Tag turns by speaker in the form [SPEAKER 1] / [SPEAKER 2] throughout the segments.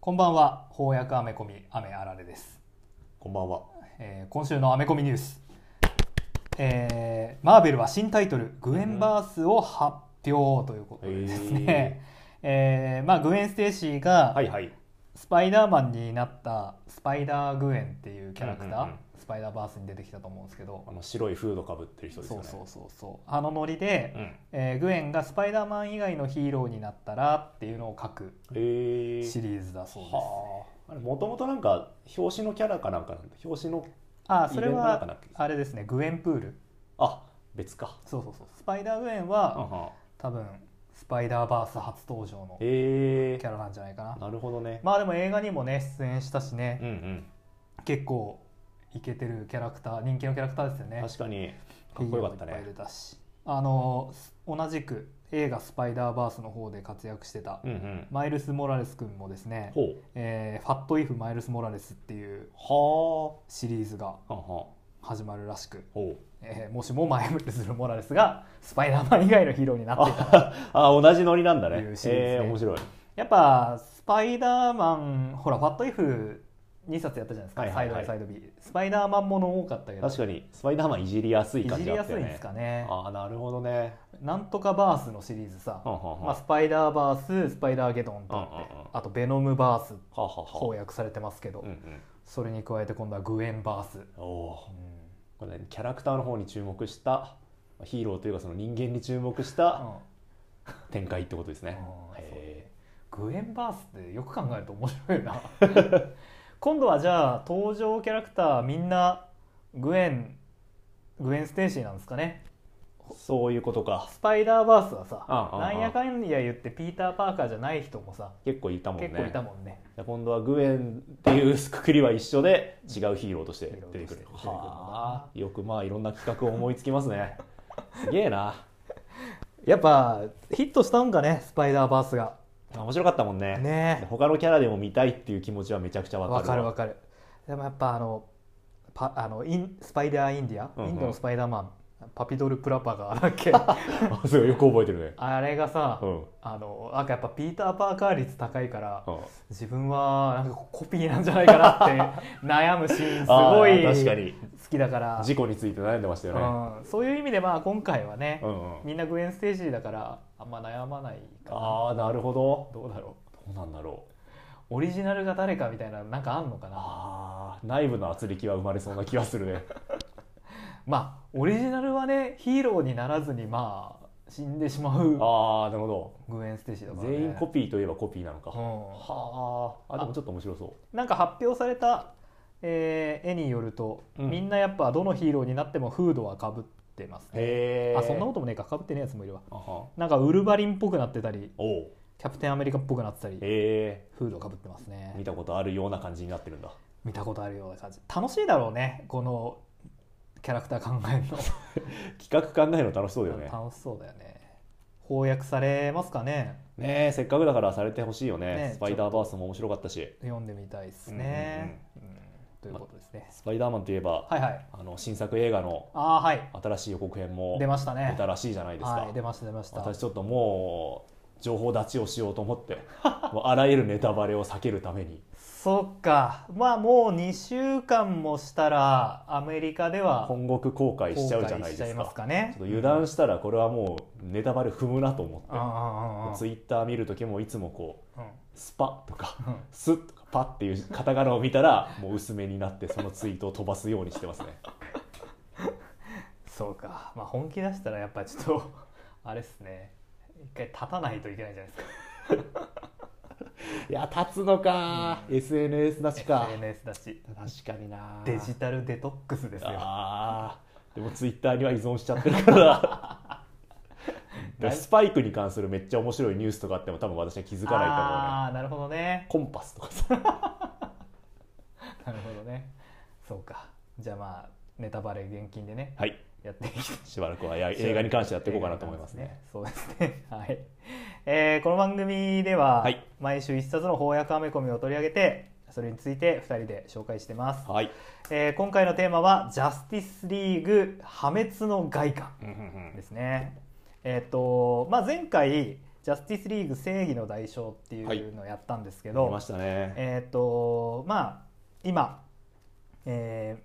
[SPEAKER 1] こんばんは翻訳アメコミ雨あられです、
[SPEAKER 2] こんばんは。
[SPEAKER 1] えー今週のアメコミニュース、えーマーベルは新タイトル「グエンバース」を発表ということでですね、 えーまあ、グエン・ステイシーが
[SPEAKER 2] はいはい。
[SPEAKER 1] スパイダーマンになったスパイダーグエンっていうキャラクター、
[SPEAKER 2] うんうんうん
[SPEAKER 1] スパイダーバースに出てきたと思うんですけど
[SPEAKER 2] あの白いフードかぶってる人です
[SPEAKER 1] そ
[SPEAKER 2] よ
[SPEAKER 1] う
[SPEAKER 2] ね。
[SPEAKER 1] そうそうそうあのノリで、
[SPEAKER 2] うん。
[SPEAKER 1] えーグエンがスパイダーマン以外のヒーローになったらっていうのを書く
[SPEAKER 2] え
[SPEAKER 1] シ
[SPEAKER 2] ー。
[SPEAKER 1] リーズだそうです、
[SPEAKER 2] はあ。あれもともとなんか表紙のキャラかなんかなんだ。表紙の
[SPEAKER 1] ああそれ
[SPEAKER 2] イベントなんかな
[SPEAKER 1] はあれですねグエンプール
[SPEAKER 2] あ別か。
[SPEAKER 1] そうそうそうスパイダーグエン
[SPEAKER 2] あ
[SPEAKER 1] は
[SPEAKER 2] は。
[SPEAKER 1] 多分スパイダーバース初登場のキ
[SPEAKER 2] え
[SPEAKER 1] ャラなんじゃないかな
[SPEAKER 2] ー。、なるほどね。
[SPEAKER 1] まあでも映画にもね出演したしね
[SPEAKER 2] う、ん
[SPEAKER 1] 結構イケてるキャラクター人気のキャラクターですよ
[SPEAKER 2] う
[SPEAKER 1] ね
[SPEAKER 2] ん。確かにかっこよかった
[SPEAKER 1] フィギュアもいっぱい出。
[SPEAKER 2] ね
[SPEAKER 1] たしあのす同じく映画「スパイダーバース」の方で活躍してた、
[SPEAKER 2] うんうん。
[SPEAKER 1] マイルス・モラレス君もですね
[SPEAKER 2] ほ
[SPEAKER 1] 「えーファット・イフ・マイルス・モラレス」っていう
[SPEAKER 2] う。
[SPEAKER 1] シリーズが
[SPEAKER 2] はあ。はあはあ。
[SPEAKER 1] 始まるらしく、
[SPEAKER 2] ほう。
[SPEAKER 1] えーもしもマイルス・モラレスがスパイダーマン以外のヒーローになっていたら
[SPEAKER 2] ああ同じノリなんだね。
[SPEAKER 1] いうシリーズね
[SPEAKER 2] ええ面白い。
[SPEAKER 1] やっぱスパイダーマンほら「ファット・イフ」2冊やったじゃないですか、
[SPEAKER 2] はいはいはい
[SPEAKER 1] サイド A サイド B スパイダーマンもの多かったけど
[SPEAKER 2] 確かにスパイダーマンいじりやすい
[SPEAKER 1] い
[SPEAKER 2] 感
[SPEAKER 1] じ
[SPEAKER 2] じ
[SPEAKER 1] りや
[SPEAKER 2] だっ
[SPEAKER 1] す
[SPEAKER 2] たよ
[SPEAKER 1] い
[SPEAKER 2] ね。
[SPEAKER 1] んですかね
[SPEAKER 2] ああなるほどね。
[SPEAKER 1] なんとかバースのシリーズさ、
[SPEAKER 2] はあはあは
[SPEAKER 1] まあ、
[SPEAKER 2] あ
[SPEAKER 1] スパイダーバーススパイダーゲドンとあって、
[SPEAKER 2] うんうんうん
[SPEAKER 1] あとベノムバース
[SPEAKER 2] はあはあは
[SPEAKER 1] 翻訳されてますけど、
[SPEAKER 2] あ。うんうん。
[SPEAKER 1] それに加えて今度はグエンバース、
[SPEAKER 2] おお。これねキャラクターの方に注目したヒーローというかその人間に注目した展開ってことですね
[SPEAKER 1] あ。ー
[SPEAKER 2] へ
[SPEAKER 1] グエンバースってよく考えると面白い な今度はじゃあ登場キャラクターみんなグエングエン・ステイシーなんですかね
[SPEAKER 2] ーそういうことか
[SPEAKER 1] スパイダーバースはさ、
[SPEAKER 2] うんうんうん
[SPEAKER 1] なんやかんや言ってピーター・パーカーじゃない人もさ
[SPEAKER 2] 結構いたもんね
[SPEAKER 1] 結構いたもんね
[SPEAKER 2] じゃあ今度はグエンっていうくくりは一緒で違うヒーローとして出てく
[SPEAKER 1] ヒーロー
[SPEAKER 2] る
[SPEAKER 1] として出てくるのかな
[SPEAKER 2] はあよくまあいろんな企画を思いつきますねすげえな
[SPEAKER 1] やっぱヒットしたんかねスパイダーバースが
[SPEAKER 2] 面白かったもんね
[SPEAKER 1] ねえ
[SPEAKER 2] 他のキャラでも見たいっていう気持ちはめちゃくちゃわかる
[SPEAKER 1] わかるわ
[SPEAKER 2] か
[SPEAKER 1] かるでもやっぱあのパあのインスパイダーインディア、
[SPEAKER 2] うんうん
[SPEAKER 1] インドのスパイダーマンパピドル・プラパガーだ っけ
[SPEAKER 2] る すごいよく覚えてるね
[SPEAKER 1] あれがさ、
[SPEAKER 2] うん、うん
[SPEAKER 1] あのなんかやっぱピーター・パーカー率高いから自分はなんかコピーなんじゃないかなって 悩むシーンす
[SPEAKER 2] あ
[SPEAKER 1] ご
[SPEAKER 2] ー
[SPEAKER 1] い
[SPEAKER 2] 確かに
[SPEAKER 1] 好きだから
[SPEAKER 2] 事故について悩んでましたよね、
[SPEAKER 1] うん、そういう意味でまあ今回はね、
[SPEAKER 2] うんうん
[SPEAKER 1] みんなグエン・ステージだからあんま悩まないかな
[SPEAKER 2] ああなるほど
[SPEAKER 1] どうだろ
[SPEAKER 2] どうなんだろう
[SPEAKER 1] うオリジナルが誰かみたいななんかあんのかな
[SPEAKER 2] あー内部の圧力は生まれそうな気がす るね
[SPEAKER 1] まあオリジナルはねヒーローにならずにまあ死んでしまう
[SPEAKER 2] ああなるほ
[SPEAKER 1] グエン・ステイシーだ
[SPEAKER 2] ど
[SPEAKER 1] から、ね、
[SPEAKER 2] 全員コピーといえばコピーなのか、
[SPEAKER 1] う
[SPEAKER 2] は
[SPEAKER 1] ん
[SPEAKER 2] ああでもちょっと面白そ
[SPEAKER 1] なんか発表された、えー絵によると、
[SPEAKER 2] うん
[SPEAKER 1] みんなやっぱどのヒーローになってもフードはかぶってます
[SPEAKER 2] う
[SPEAKER 1] ね
[SPEAKER 2] へえ
[SPEAKER 1] あそんなこともねえかかぶってねえやつもいるわ
[SPEAKER 2] あは
[SPEAKER 1] なんかウルヴァリンっぽくなってたり
[SPEAKER 2] おう
[SPEAKER 1] キャプテンアメリカっぽくなってたり
[SPEAKER 2] へ
[SPEAKER 1] フードかぶってます
[SPEAKER 2] え見
[SPEAKER 1] ね
[SPEAKER 2] たことあるような感じになってるんだ
[SPEAKER 1] 見たことあるような感じ楽しいだろうねこのキャラクター考えるの
[SPEAKER 2] 企画考えるの楽しそうだよね
[SPEAKER 1] 楽しそうだよね翻訳されますかね
[SPEAKER 2] ねえせっかくだからされてほしいよね
[SPEAKER 1] ね
[SPEAKER 2] スパイダーバースも面白かったし
[SPEAKER 1] 読んでみたいですね、うんということですね、
[SPEAKER 2] スパイダーマンといえば、
[SPEAKER 1] はいはい
[SPEAKER 2] あの新作映画の
[SPEAKER 1] ああはい
[SPEAKER 2] 新しい予告編も
[SPEAKER 1] 出ましたね
[SPEAKER 2] 出たらしいじゃないですか、
[SPEAKER 1] はい出ました出ました
[SPEAKER 2] 私ちょっともう情報立ちをしようと思ってもうあらゆるネタバレを避けるために
[SPEAKER 1] そっかまあもう2週間もしたらアメリカでは
[SPEAKER 2] 本国公開しちゃうじゃない
[SPEAKER 1] 公開し
[SPEAKER 2] で
[SPEAKER 1] ちゃい
[SPEAKER 2] す
[SPEAKER 1] ます
[SPEAKER 2] か
[SPEAKER 1] かね
[SPEAKER 2] ちょっと油断したらこれはもうネタバレ踏むなと思
[SPEAKER 1] うんう
[SPEAKER 2] っ
[SPEAKER 1] んうんうん
[SPEAKER 2] てツイッター見る時もいつもこ
[SPEAKER 1] うん
[SPEAKER 2] う「スパ」とか
[SPEAKER 1] うん
[SPEAKER 2] 「ス」とか「パ」っていうカタカナを見たらもう薄めになってそのツイートを飛ばすようにしてますね
[SPEAKER 1] そうかまあ本気出したらやっぱちょっと あれっすね一回立たないといけないじゃないですか
[SPEAKER 2] いや立つのか SNS だしか
[SPEAKER 1] SNS だし
[SPEAKER 2] 確かにな
[SPEAKER 1] デジタルデトックスですよ
[SPEAKER 2] あーでもツイッターには依存しちゃってるから でスパイクに関するめっちゃ面白いニュースとかあっても多分私は気づかないと思うね
[SPEAKER 1] ああーなるほどね
[SPEAKER 2] コンパスとかさ
[SPEAKER 1] なるほどねそうかじゃあまあネタバレ厳禁でね
[SPEAKER 2] はい
[SPEAKER 1] やっていきたい
[SPEAKER 2] しばらくはや映画に関してやっていこうかなと思いますね。
[SPEAKER 1] そうですね。はい。えーこの番組では、
[SPEAKER 2] はい
[SPEAKER 1] 毎週一冊の翻訳アメコミを取り上げて、それについて二人で紹介してます。
[SPEAKER 2] はい、
[SPEAKER 1] えー今回のテーマはジャスティスリーグ破滅の外観
[SPEAKER 2] うんうんうん
[SPEAKER 1] ですね。えっ、とまあ前回ジャスティスリーグ正義の代償っていうのをやったんですけど、
[SPEAKER 2] 見ましたね。
[SPEAKER 1] えっ、とまあ今、えー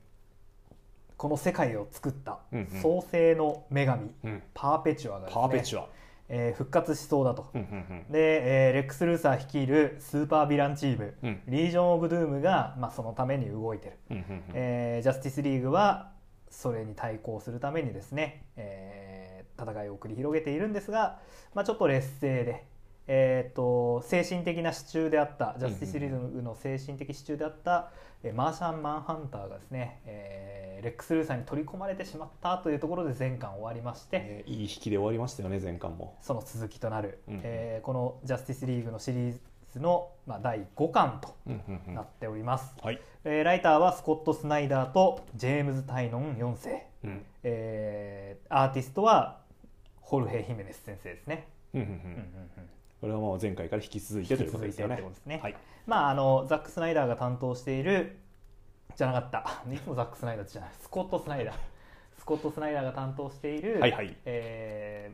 [SPEAKER 1] この世界を作った
[SPEAKER 2] うんうん
[SPEAKER 1] 創世の女神、
[SPEAKER 2] うん、
[SPEAKER 1] パーペチュアがですね
[SPEAKER 2] パーペチュア。
[SPEAKER 1] えー復活しそうだと、
[SPEAKER 2] うんうん
[SPEAKER 1] で、えーレックス・ルーサー率いるスーパーヴィランチーム、
[SPEAKER 2] うんうん
[SPEAKER 1] リージョン・オブ・ドゥームが、まあ、そのために動いてる、
[SPEAKER 2] うんうんうん
[SPEAKER 1] えージャスティスリーグはそれに対抗するためにですね、えー戦いを繰り広げているんですが、まあ、ちょっと劣勢で、えー、と精神的な支柱であったジャスティスリーグの精神的支柱であった、えーマーシャン・マンハンターがですね、えーレックス・ルーサーに取り込まれてしまったというところで前巻終わりまして、
[SPEAKER 2] ねいい引きで終わりましたよね前回も。
[SPEAKER 1] その続きとなる、
[SPEAKER 2] うん
[SPEAKER 1] えーこの「ジャスティスリーグ」のシリーズの、まあ、第5巻と
[SPEAKER 2] うんうんうん
[SPEAKER 1] なっております、
[SPEAKER 2] はい。
[SPEAKER 1] えーライターはスコット・スナイダーとジェームズ・タイノン4世、
[SPEAKER 2] うん
[SPEAKER 1] えーアーティストはホルヘ・ヒメネス先生ですね、
[SPEAKER 2] うんうんう
[SPEAKER 1] うんうん
[SPEAKER 2] ん
[SPEAKER 1] うん
[SPEAKER 2] これはもう前回から引き続いてということですよ
[SPEAKER 1] 引き続いてってこ
[SPEAKER 2] ね
[SPEAKER 1] とです。ね
[SPEAKER 2] はい。
[SPEAKER 1] まああのザック・スナイダーが担当しているじゃなかった いつもザック・スナイダーじゃないスコット・スナイダースコット・スナイダーが担当している、
[SPEAKER 2] はいはい
[SPEAKER 1] え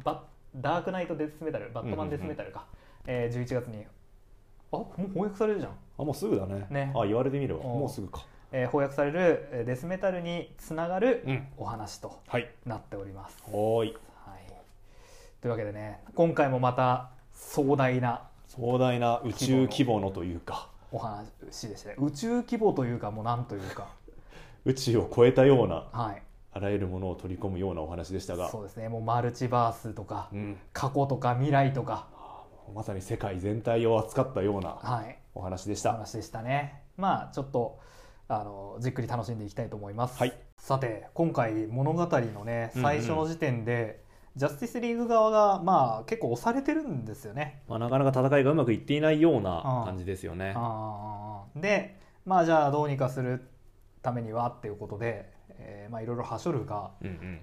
[SPEAKER 1] ーバダークナイト・デスメタルバットマン・デスメタルか、えー11月にあもう翻訳されるじゃん、
[SPEAKER 2] あもうすぐだね。
[SPEAKER 1] ね
[SPEAKER 2] あ言われてみれば
[SPEAKER 1] うん
[SPEAKER 2] もうすぐか。
[SPEAKER 1] えー翻訳されるえーデスメタルにつながる
[SPEAKER 2] うん
[SPEAKER 1] お話と
[SPEAKER 2] はい。
[SPEAKER 1] なっております、
[SPEAKER 2] おーい
[SPEAKER 1] はい、というわけでね今回もまた壮大な
[SPEAKER 2] 壮大な宇宙規模のというか
[SPEAKER 1] お話でしたね宇宙規模というかもうなんというか
[SPEAKER 2] 宇宙を超えたような
[SPEAKER 1] はい
[SPEAKER 2] あらゆるものを取り込むようなお話でしたが
[SPEAKER 1] そ、うですねもうマルチバースとか、
[SPEAKER 2] うん、
[SPEAKER 1] 過去とか未来とか
[SPEAKER 2] まさに世界全体を扱ったような
[SPEAKER 1] はい
[SPEAKER 2] お話でし
[SPEAKER 1] お
[SPEAKER 2] た。
[SPEAKER 1] 話でしたねまあちょっとあのじっくり楽しんでいきたいと思います、
[SPEAKER 2] はい
[SPEAKER 1] さて今回物語のね
[SPEAKER 2] うんうん
[SPEAKER 1] 最初の時点で、ジャスティスリーグ側がまあ結構押されてるんですよね
[SPEAKER 2] まあ、なかなか戦いがうまくいっていないよう
[SPEAKER 1] あ
[SPEAKER 2] な
[SPEAKER 1] あ
[SPEAKER 2] 感じですよね。
[SPEAKER 1] あーでまあじゃあどうにかするためにはっていうことで、えーまあいろいろはしょるが
[SPEAKER 2] うん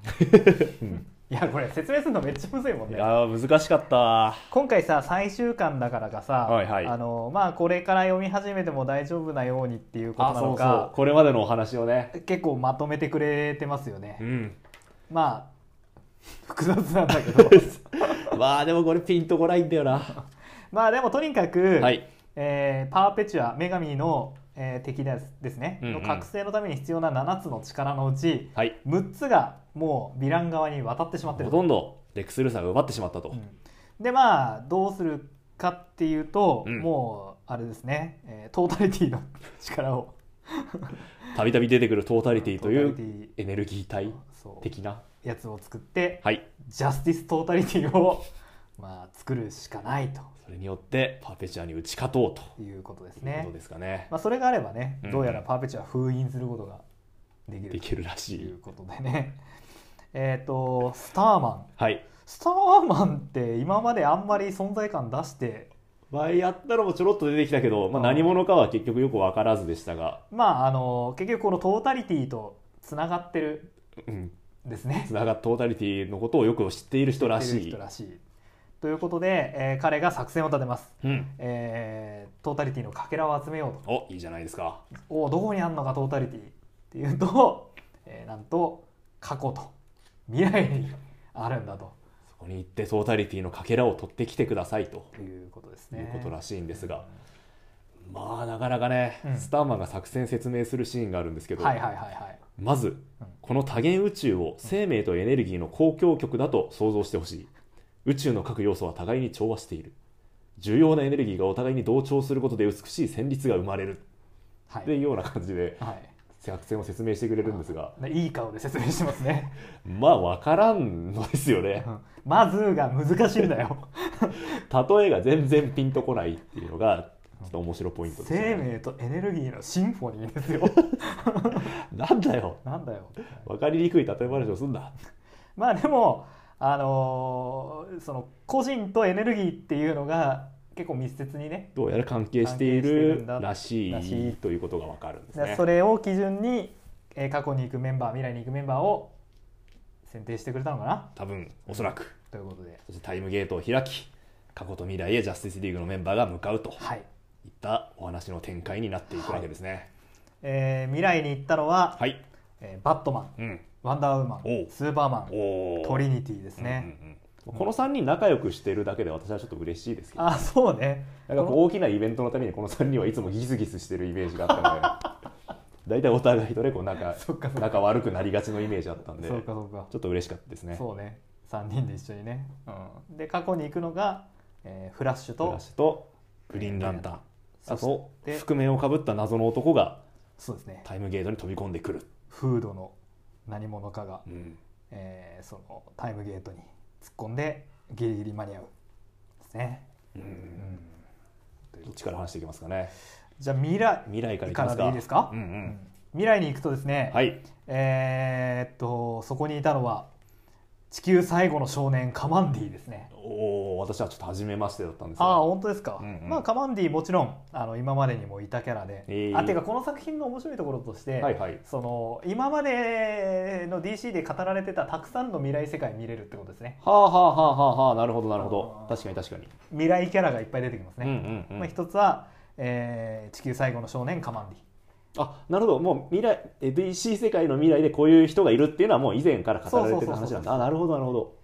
[SPEAKER 1] いやこれ説明するのめっちゃむずいも
[SPEAKER 2] うんん、い
[SPEAKER 1] ね
[SPEAKER 2] やー難しかった。
[SPEAKER 1] 今回さ最終巻だからかさ、
[SPEAKER 2] はいはい
[SPEAKER 1] あのまあ、これから読み始めても大丈夫なようにっていうこと
[SPEAKER 2] あ
[SPEAKER 1] な
[SPEAKER 2] そ
[SPEAKER 1] の
[SPEAKER 2] うそう
[SPEAKER 1] か
[SPEAKER 2] これまでのお話をね。
[SPEAKER 1] 結構まとめてくれてますよね、
[SPEAKER 2] うん、
[SPEAKER 1] まあ 複雑なんだけど
[SPEAKER 2] まあでもこれピンとこないんだよな。
[SPEAKER 1] まあでもとにかく、
[SPEAKER 2] はい。
[SPEAKER 1] えーパーペチュア女神の、えー敵ですですね、
[SPEAKER 2] うんう
[SPEAKER 1] の
[SPEAKER 2] ん
[SPEAKER 1] 覚醒のために必要な7つの力のうち
[SPEAKER 2] はい。
[SPEAKER 1] 6つがもうヴィラン側に渡ってしまって
[SPEAKER 2] ほ
[SPEAKER 1] る
[SPEAKER 2] とんどレックスルーサーが奪ってしまったと。
[SPEAKER 1] うんでまあどうするかっていうと、
[SPEAKER 2] うん
[SPEAKER 1] もうあれですね、えートータリティの力を
[SPEAKER 2] たびたび出てくるトータリティとい
[SPEAKER 1] トータ
[SPEAKER 2] う
[SPEAKER 1] リティ
[SPEAKER 2] エネルギー体
[SPEAKER 1] そう
[SPEAKER 2] 的な。
[SPEAKER 1] やつを作って
[SPEAKER 2] はい。
[SPEAKER 1] ジャスティストータリティを、 まあ、作るしかないと
[SPEAKER 2] それによってパーペチュアに打ち勝とうと
[SPEAKER 1] いうことです
[SPEAKER 2] いう
[SPEAKER 1] ね
[SPEAKER 2] ことですかね。
[SPEAKER 1] まあ、それがあればね、
[SPEAKER 2] うん
[SPEAKER 1] どうやらパーペチュアは封印することができる
[SPEAKER 2] できるら
[SPEAKER 1] と
[SPEAKER 2] し
[SPEAKER 1] い。
[SPEAKER 2] いう
[SPEAKER 1] ことでね えっとスターマン
[SPEAKER 2] はい。
[SPEAKER 1] スターマンって今まであんまり存在感出して
[SPEAKER 2] 前やったのもちょろっと出てきたけど、まあ、何者かは結局よく分からずでしたが、
[SPEAKER 1] まああの結局このトータリティとつながってる
[SPEAKER 2] うん、
[SPEAKER 1] んですね
[SPEAKER 2] つながったトータリティのことをよく知っている人らし
[SPEAKER 1] 知ってる
[SPEAKER 2] い
[SPEAKER 1] 人。らしいということで、えー彼が作戦を立てます、
[SPEAKER 2] うん、
[SPEAKER 1] えートータリティのかけらを集めようと
[SPEAKER 2] おいいじゃないですか。
[SPEAKER 1] おどこにあんのかトータリティっていうと、 えーなんと過去と未来にあるんだと
[SPEAKER 2] そこに行ってトータリティのかけらを取ってきてくださいと
[SPEAKER 1] いうことです
[SPEAKER 2] い
[SPEAKER 1] ね
[SPEAKER 2] う。ことら
[SPEAKER 1] い
[SPEAKER 2] しいんですが、まあなかなかね、
[SPEAKER 1] うん
[SPEAKER 2] スターマンが作戦説明するシーンがあるんですけど、
[SPEAKER 1] はいはいはいはい。
[SPEAKER 2] まず
[SPEAKER 1] うん
[SPEAKER 2] この多元宇宙を生命とエネルギーの公共局だと想像してほしい宇宙の各要素は互いに調和している重要なエネルギーがお互いに同調することで美しい旋律が生まれる
[SPEAKER 1] は
[SPEAKER 2] ってい
[SPEAKER 1] い。
[SPEAKER 2] うような感じで
[SPEAKER 1] はい
[SPEAKER 2] 作戦を説明してくれるんですが
[SPEAKER 1] で、いい顔で説明してますね。
[SPEAKER 2] まあ分からんのですよね
[SPEAKER 1] うんまずが難しいんだよ。
[SPEAKER 2] 例えが全然ピンとこないっていうのがちょっと面白い ポイントですよ
[SPEAKER 1] 生
[SPEAKER 2] ね
[SPEAKER 1] 命とエネルギーのシンフォニーですよ。
[SPEAKER 2] なんだよ
[SPEAKER 1] なんだよ。
[SPEAKER 2] 分かりにくい例え話をすんな
[SPEAKER 1] まあでも、あのーその個人とエネルギーっていうのが結構密接にね、
[SPEAKER 2] どうやら関係しているらし
[SPEAKER 1] 関係してるん
[SPEAKER 2] い
[SPEAKER 1] だ
[SPEAKER 2] ということが分かるんです
[SPEAKER 1] だか
[SPEAKER 2] ね
[SPEAKER 1] らそれを基準に、えー過去に行くメンバー未来に行くメンバーを選定してくれたのかな
[SPEAKER 2] 多分おそらく
[SPEAKER 1] ということで、
[SPEAKER 2] そしてタイムゲートを開き過去と未来へジャスティスリーグのメンバーが向かうといっ
[SPEAKER 1] はい
[SPEAKER 2] たお話の展開になっていくわけですね
[SPEAKER 1] えー未来に行ったのは、
[SPEAKER 2] はい、
[SPEAKER 1] えーバットマン
[SPEAKER 2] うん
[SPEAKER 1] ワンダーウーマ
[SPEAKER 2] おう
[SPEAKER 1] ンスーパーマン
[SPEAKER 2] おー
[SPEAKER 1] トリニティです
[SPEAKER 2] うんうん
[SPEAKER 1] ね、
[SPEAKER 2] うんこの3人仲良くしてるだけで私はちょっと嬉しいですけど、
[SPEAKER 1] あそうね
[SPEAKER 2] なんかこう大きなイベントのためにこの3人はいつもギスギスしてるイメージがあっ たので大体お互いとねこう仲
[SPEAKER 1] そっかそっか
[SPEAKER 2] 仲悪くなりがちのイメージあったんでち
[SPEAKER 1] そう
[SPEAKER 2] ょ
[SPEAKER 1] かそうか
[SPEAKER 2] っと嬉しかったですね。
[SPEAKER 1] そうね3人で一緒にね、うん、で過去に行くのが、えーフラッシュ
[SPEAKER 2] フ
[SPEAKER 1] と
[SPEAKER 2] ラッシュとグリーンランタンあ
[SPEAKER 1] そ
[SPEAKER 2] と
[SPEAKER 1] して
[SPEAKER 2] 覆面をかぶった謎の男が
[SPEAKER 1] そうですね
[SPEAKER 2] タイムゲートに飛び込んでくる、
[SPEAKER 1] フードの何者かが、
[SPEAKER 2] うん
[SPEAKER 1] えーそのタイムゲートに突っ込んでギリギリ間に合うですね、うん
[SPEAKER 2] どっちから話していきますかね
[SPEAKER 1] じゃあ未来
[SPEAKER 2] 未来からいきますか
[SPEAKER 1] いいですか
[SPEAKER 2] うんう
[SPEAKER 1] うんん未来に行くとですね、
[SPEAKER 2] はい
[SPEAKER 1] えーっとそこにいたのは地球最後の少年カマンディですね
[SPEAKER 2] おお私はちょっと初めましてだったんです
[SPEAKER 1] ああ
[SPEAKER 2] が
[SPEAKER 1] 本当ですか、
[SPEAKER 2] うんうん
[SPEAKER 1] まあ、カマンディもちろんあの今までにもいたキャラで、
[SPEAKER 2] えー
[SPEAKER 1] あていうかこの作品の面白いところとして、
[SPEAKER 2] はいはい
[SPEAKER 1] その今までの DC で語られてたたくさんの未来世界見れるってことですね
[SPEAKER 2] はあはあはあはあはあなるほどなるほど
[SPEAKER 1] あー
[SPEAKER 2] 確かに確かに、
[SPEAKER 1] 未来キャラがいっぱい出てきます
[SPEAKER 2] うん
[SPEAKER 1] ね、
[SPEAKER 2] うんうん、
[SPEAKER 1] まあ、一つは、えー地球最後の少年カマンディ
[SPEAKER 2] あなるほどもう未来え DC 世界の未来でこういう人がいるっていうのはもう以前から語られてる
[SPEAKER 1] そう
[SPEAKER 2] 話
[SPEAKER 1] そうそ
[SPEAKER 2] な
[SPEAKER 1] うんそう
[SPEAKER 2] だあなるほどなるほど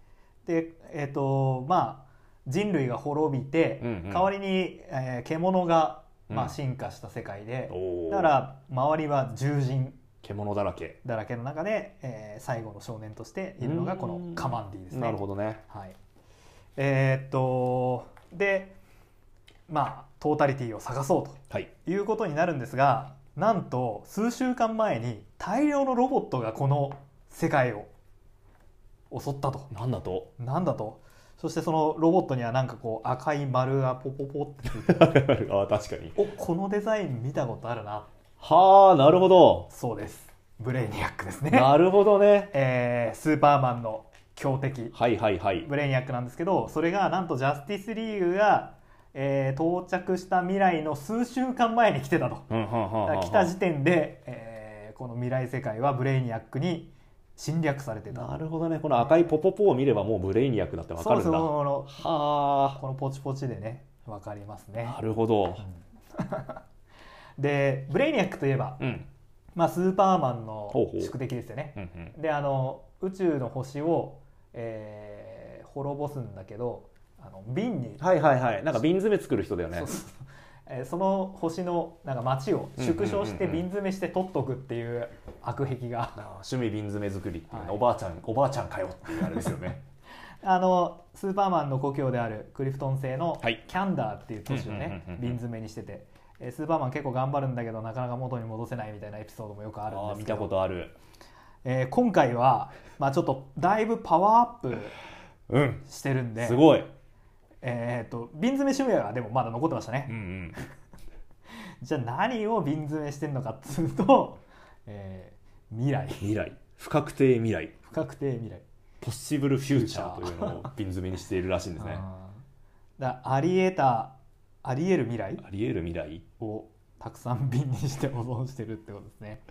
[SPEAKER 1] でえっ、とまあ人類が滅びて、
[SPEAKER 2] うんうん
[SPEAKER 1] 代わりに、えー獣が、ま
[SPEAKER 2] う
[SPEAKER 1] あ、
[SPEAKER 2] ん
[SPEAKER 1] 進化した世界で、
[SPEAKER 2] おー
[SPEAKER 1] だから周りは獣人
[SPEAKER 2] 獣だらけ
[SPEAKER 1] だらけの中で、えー最後の少年としているのがこのカマンディですね。
[SPEAKER 2] なるほどね
[SPEAKER 1] はい、えーっとでまあトータリティを探そう
[SPEAKER 2] はい
[SPEAKER 1] ということになるんですがなんと数週間前に大量のロボットがこの世界を襲ったと。
[SPEAKER 2] なんだと
[SPEAKER 1] なんだとそしてそのロボットにはなんかこう赤い丸がポポポってついて
[SPEAKER 2] あー確かに
[SPEAKER 1] おこのデザイン見たことあるな
[SPEAKER 2] はあなるほど
[SPEAKER 1] そうですブレイニアックですね
[SPEAKER 2] なるほどね
[SPEAKER 1] えースーパーマンの強敵
[SPEAKER 2] はいはいはい
[SPEAKER 1] ブレイニアックなんですけどそれがなんとジャスティスリーグが、えー到着した未来の数週間前に来てたと
[SPEAKER 2] うんうんうん
[SPEAKER 1] だ
[SPEAKER 2] うん
[SPEAKER 1] か
[SPEAKER 2] う
[SPEAKER 1] ら
[SPEAKER 2] ん
[SPEAKER 1] 来た時点で、えーこの未来世界はブレイニアックに侵略されてた
[SPEAKER 2] なるほどねこの赤いポポポを見ればもうブレイニアックだってわか
[SPEAKER 1] そ
[SPEAKER 2] る
[SPEAKER 1] うんそ
[SPEAKER 2] だ
[SPEAKER 1] うこの
[SPEAKER 2] は
[SPEAKER 1] このポチポチでねわかります
[SPEAKER 2] あ
[SPEAKER 1] ね
[SPEAKER 2] なるほど
[SPEAKER 1] でブレイニアックといえば、
[SPEAKER 2] うん
[SPEAKER 1] まあ、スーパーマンの
[SPEAKER 2] ほうほう
[SPEAKER 1] 宿敵ですよね
[SPEAKER 2] うんうん
[SPEAKER 1] であの宇宙の星を、えー滅ぼすんだけどあの瓶に
[SPEAKER 2] はいはいはいなんか瓶詰め作る人だよね
[SPEAKER 1] そうそうそうえーその星のなんか町を縮小して
[SPEAKER 2] うんうんうんう
[SPEAKER 1] 瓶
[SPEAKER 2] ん
[SPEAKER 1] 詰めして取っとくっていう悪癖が
[SPEAKER 2] なあ趣味瓶詰め作りっていうね
[SPEAKER 1] はい
[SPEAKER 2] おばあちゃんおばあちゃんかよっていうあれですよね
[SPEAKER 1] あのスーパーマンの故郷であるクリフトン製の
[SPEAKER 2] はい
[SPEAKER 1] キャンダーっていう都市をね
[SPEAKER 2] うんうんうんうんうん
[SPEAKER 1] 瓶詰めにしてて、えースーパーマン結構頑張るんだけどなかなか元に戻せないみたいなエピソードもよくあるんで
[SPEAKER 2] あー
[SPEAKER 1] す
[SPEAKER 2] 見
[SPEAKER 1] け
[SPEAKER 2] た
[SPEAKER 1] ど
[SPEAKER 2] ことある
[SPEAKER 1] えー今回は、まあ、ちょっとだいぶパワーアッ
[SPEAKER 2] うん
[SPEAKER 1] プしてるんです
[SPEAKER 2] ごい
[SPEAKER 1] えーっと瓶詰め趣味はでもまだ残ってましたね
[SPEAKER 2] うんうん
[SPEAKER 1] じゃあ何を瓶詰めしてんのかっつうと、 えー未来
[SPEAKER 2] 未来不確定未来
[SPEAKER 1] 不確定未来
[SPEAKER 2] ポッシブルフューチャーというのを瓶詰めにしているらしいんですね
[SPEAKER 1] あーだからあり得たあり得る未来
[SPEAKER 2] あり得る未来
[SPEAKER 1] をたくさん瓶にして保存してるってことですね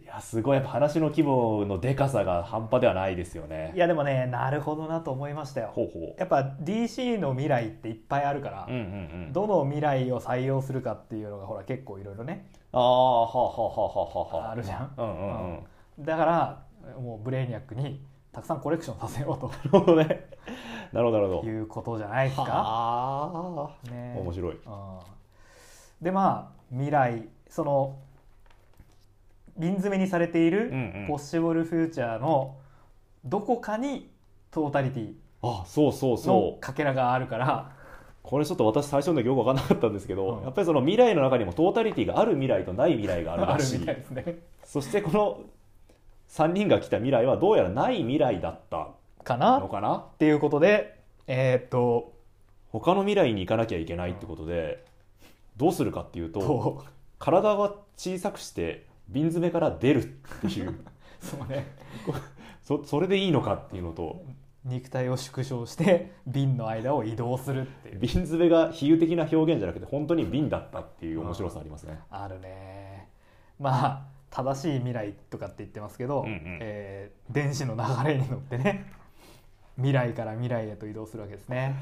[SPEAKER 2] いやすごいやっぱ話の規模のでかさが半端ではないですよね
[SPEAKER 1] いやでもねなるほどなと思いましたよ
[SPEAKER 2] ほうほ
[SPEAKER 1] やっぱ DC の未来っていっぱいあるから
[SPEAKER 2] う、うんうんうん
[SPEAKER 1] どの未来を採用するかっていうのがほら結構いろいろね
[SPEAKER 2] ああはあはあはあはあは
[SPEAKER 1] あるじゃん
[SPEAKER 2] あうんうんうん
[SPEAKER 1] うんだからもうブレーニャックにたくさんコレクションさせよう
[SPEAKER 2] なるほどねなるほどなるほ
[SPEAKER 1] と
[SPEAKER 2] ど
[SPEAKER 1] いうことじゃないですか、
[SPEAKER 2] はあ
[SPEAKER 1] ね、
[SPEAKER 2] 面白い
[SPEAKER 1] うんでまあ未来その瓶詰めにされている、
[SPEAKER 2] うんう
[SPEAKER 1] ポ
[SPEAKER 2] ん
[SPEAKER 1] ッシブルフューチャーのどこかにトータリティ
[SPEAKER 2] あそうそう
[SPEAKER 1] の
[SPEAKER 2] そう
[SPEAKER 1] かけらがあるから
[SPEAKER 2] これちょっと私最初の時よく分かんなかったんですけど、
[SPEAKER 1] うん
[SPEAKER 2] やっぱりその未来の中にもトータリティがある未来とない未来がある
[SPEAKER 1] あ
[SPEAKER 2] ら
[SPEAKER 1] る
[SPEAKER 2] し
[SPEAKER 1] み
[SPEAKER 2] い
[SPEAKER 1] たいですね。
[SPEAKER 2] そしてこの3人が来た未来はどうやらない未来だった
[SPEAKER 1] か
[SPEAKER 2] の
[SPEAKER 1] なっ
[SPEAKER 2] かな
[SPEAKER 1] ていうことでえーっと
[SPEAKER 2] 他の未来に行かなきゃいけないってことでどうするかっていうと
[SPEAKER 1] と
[SPEAKER 2] 体は小さくして瓶詰めから出るっていう
[SPEAKER 1] そうね
[SPEAKER 2] そそれでいいのかっていうのと
[SPEAKER 1] 肉体を縮小して瓶の間を移動するっていう
[SPEAKER 2] 瓶詰めが比喩的な表現じゃなくて本当に瓶だったっていう面白さありますね。
[SPEAKER 1] あるねまあ正しい未来とかって言ってますけど、
[SPEAKER 2] うんうん
[SPEAKER 1] えー電子の流れに乗ってね未来から未来へと移動するわけですね。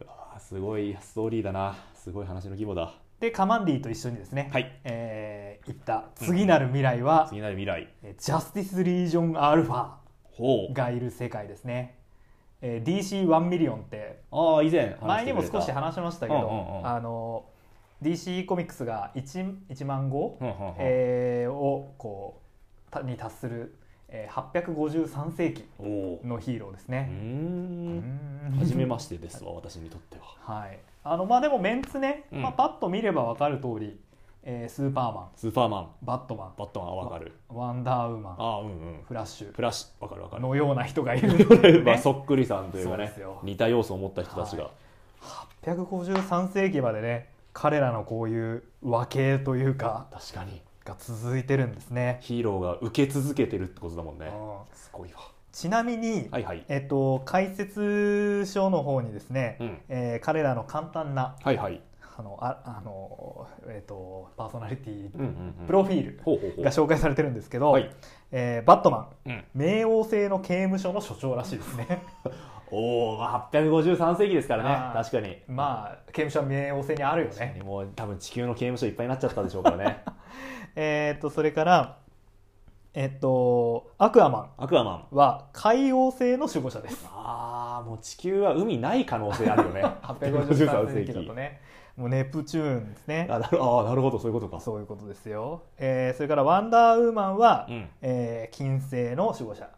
[SPEAKER 2] うわーすごいストーリーだなすごい話の規模だ。
[SPEAKER 1] でカマンディと一緒にですね、
[SPEAKER 2] はい
[SPEAKER 1] えー行った次なる未来は、
[SPEAKER 2] 次なる未来
[SPEAKER 1] えージャスティス・リージョン・アルファ
[SPEAKER 2] ほう
[SPEAKER 1] がいる世界ですね、えー、DC1 ミリオンって
[SPEAKER 2] ああ以前話してくれた
[SPEAKER 1] 前にも少し話しましたけど、
[SPEAKER 2] うんうんうん
[SPEAKER 1] あの DC コミックスが 1, 1万号、
[SPEAKER 2] うんうんうん
[SPEAKER 1] えーをこうたに達する、えー、853世紀
[SPEAKER 2] おおう
[SPEAKER 1] のヒーローです
[SPEAKER 2] ー
[SPEAKER 1] ね。
[SPEAKER 2] ん
[SPEAKER 1] うん
[SPEAKER 2] 初めましてですわ私にとっては
[SPEAKER 1] はい、あのまあでもメンツね、
[SPEAKER 2] うん
[SPEAKER 1] まあ、パッと見れば分かる通り、えースーパーマン
[SPEAKER 2] スーパーマン
[SPEAKER 1] バットマン
[SPEAKER 2] バットマンはわかる
[SPEAKER 1] ワンダーウーマン
[SPEAKER 2] ああうんうん
[SPEAKER 1] フラッシュ
[SPEAKER 2] フラッシュわかるわかる
[SPEAKER 1] のような人がいるんですよ
[SPEAKER 2] まあ
[SPEAKER 1] ね
[SPEAKER 2] そっくりさんというか
[SPEAKER 1] そう
[SPEAKER 2] ね
[SPEAKER 1] ですよ
[SPEAKER 2] 似た要素を持った人たちが、
[SPEAKER 1] 853世紀までね彼らのこういう和系というか
[SPEAKER 2] 確かに
[SPEAKER 1] が続いてるんですね。
[SPEAKER 2] ヒーローが受け続けてるってことだもんね
[SPEAKER 1] うん
[SPEAKER 2] すごいわ
[SPEAKER 1] ちなみに、
[SPEAKER 2] はいはい
[SPEAKER 1] えっと、解説書の方にですね、
[SPEAKER 2] うん
[SPEAKER 1] えー彼らの簡単な
[SPEAKER 2] はいはい
[SPEAKER 1] あのああの、えっと、パーソナリティ
[SPEAKER 2] うんうんうん
[SPEAKER 1] プロフィール
[SPEAKER 2] ほうほうほう
[SPEAKER 1] が紹介されてるんですけど、
[SPEAKER 2] はい
[SPEAKER 1] えーバットマ
[SPEAKER 2] うん
[SPEAKER 1] ン冥王星の刑務所の所長らしいですね
[SPEAKER 2] おお853世紀ですから
[SPEAKER 1] あ
[SPEAKER 2] ね
[SPEAKER 1] ー
[SPEAKER 2] 確かに
[SPEAKER 1] まあ刑務所は冥王星にあるよ
[SPEAKER 2] 確かに
[SPEAKER 1] ね
[SPEAKER 2] もう多分地球の刑務所いっぱいになっちゃったでしょうからね
[SPEAKER 1] えっとそれからえっとアクアマ
[SPEAKER 2] アクアマン
[SPEAKER 1] ンは海王星の守護者です
[SPEAKER 2] ああもう地球は海ない可能性あるよ ね
[SPEAKER 1] 853世紀だとねもうネプチューンですね
[SPEAKER 2] あなるあーなるほどそういうことか
[SPEAKER 1] そういうことですよ、えーそれから「ワンダーウーマンは」
[SPEAKER 2] うん
[SPEAKER 1] えー金星の守護者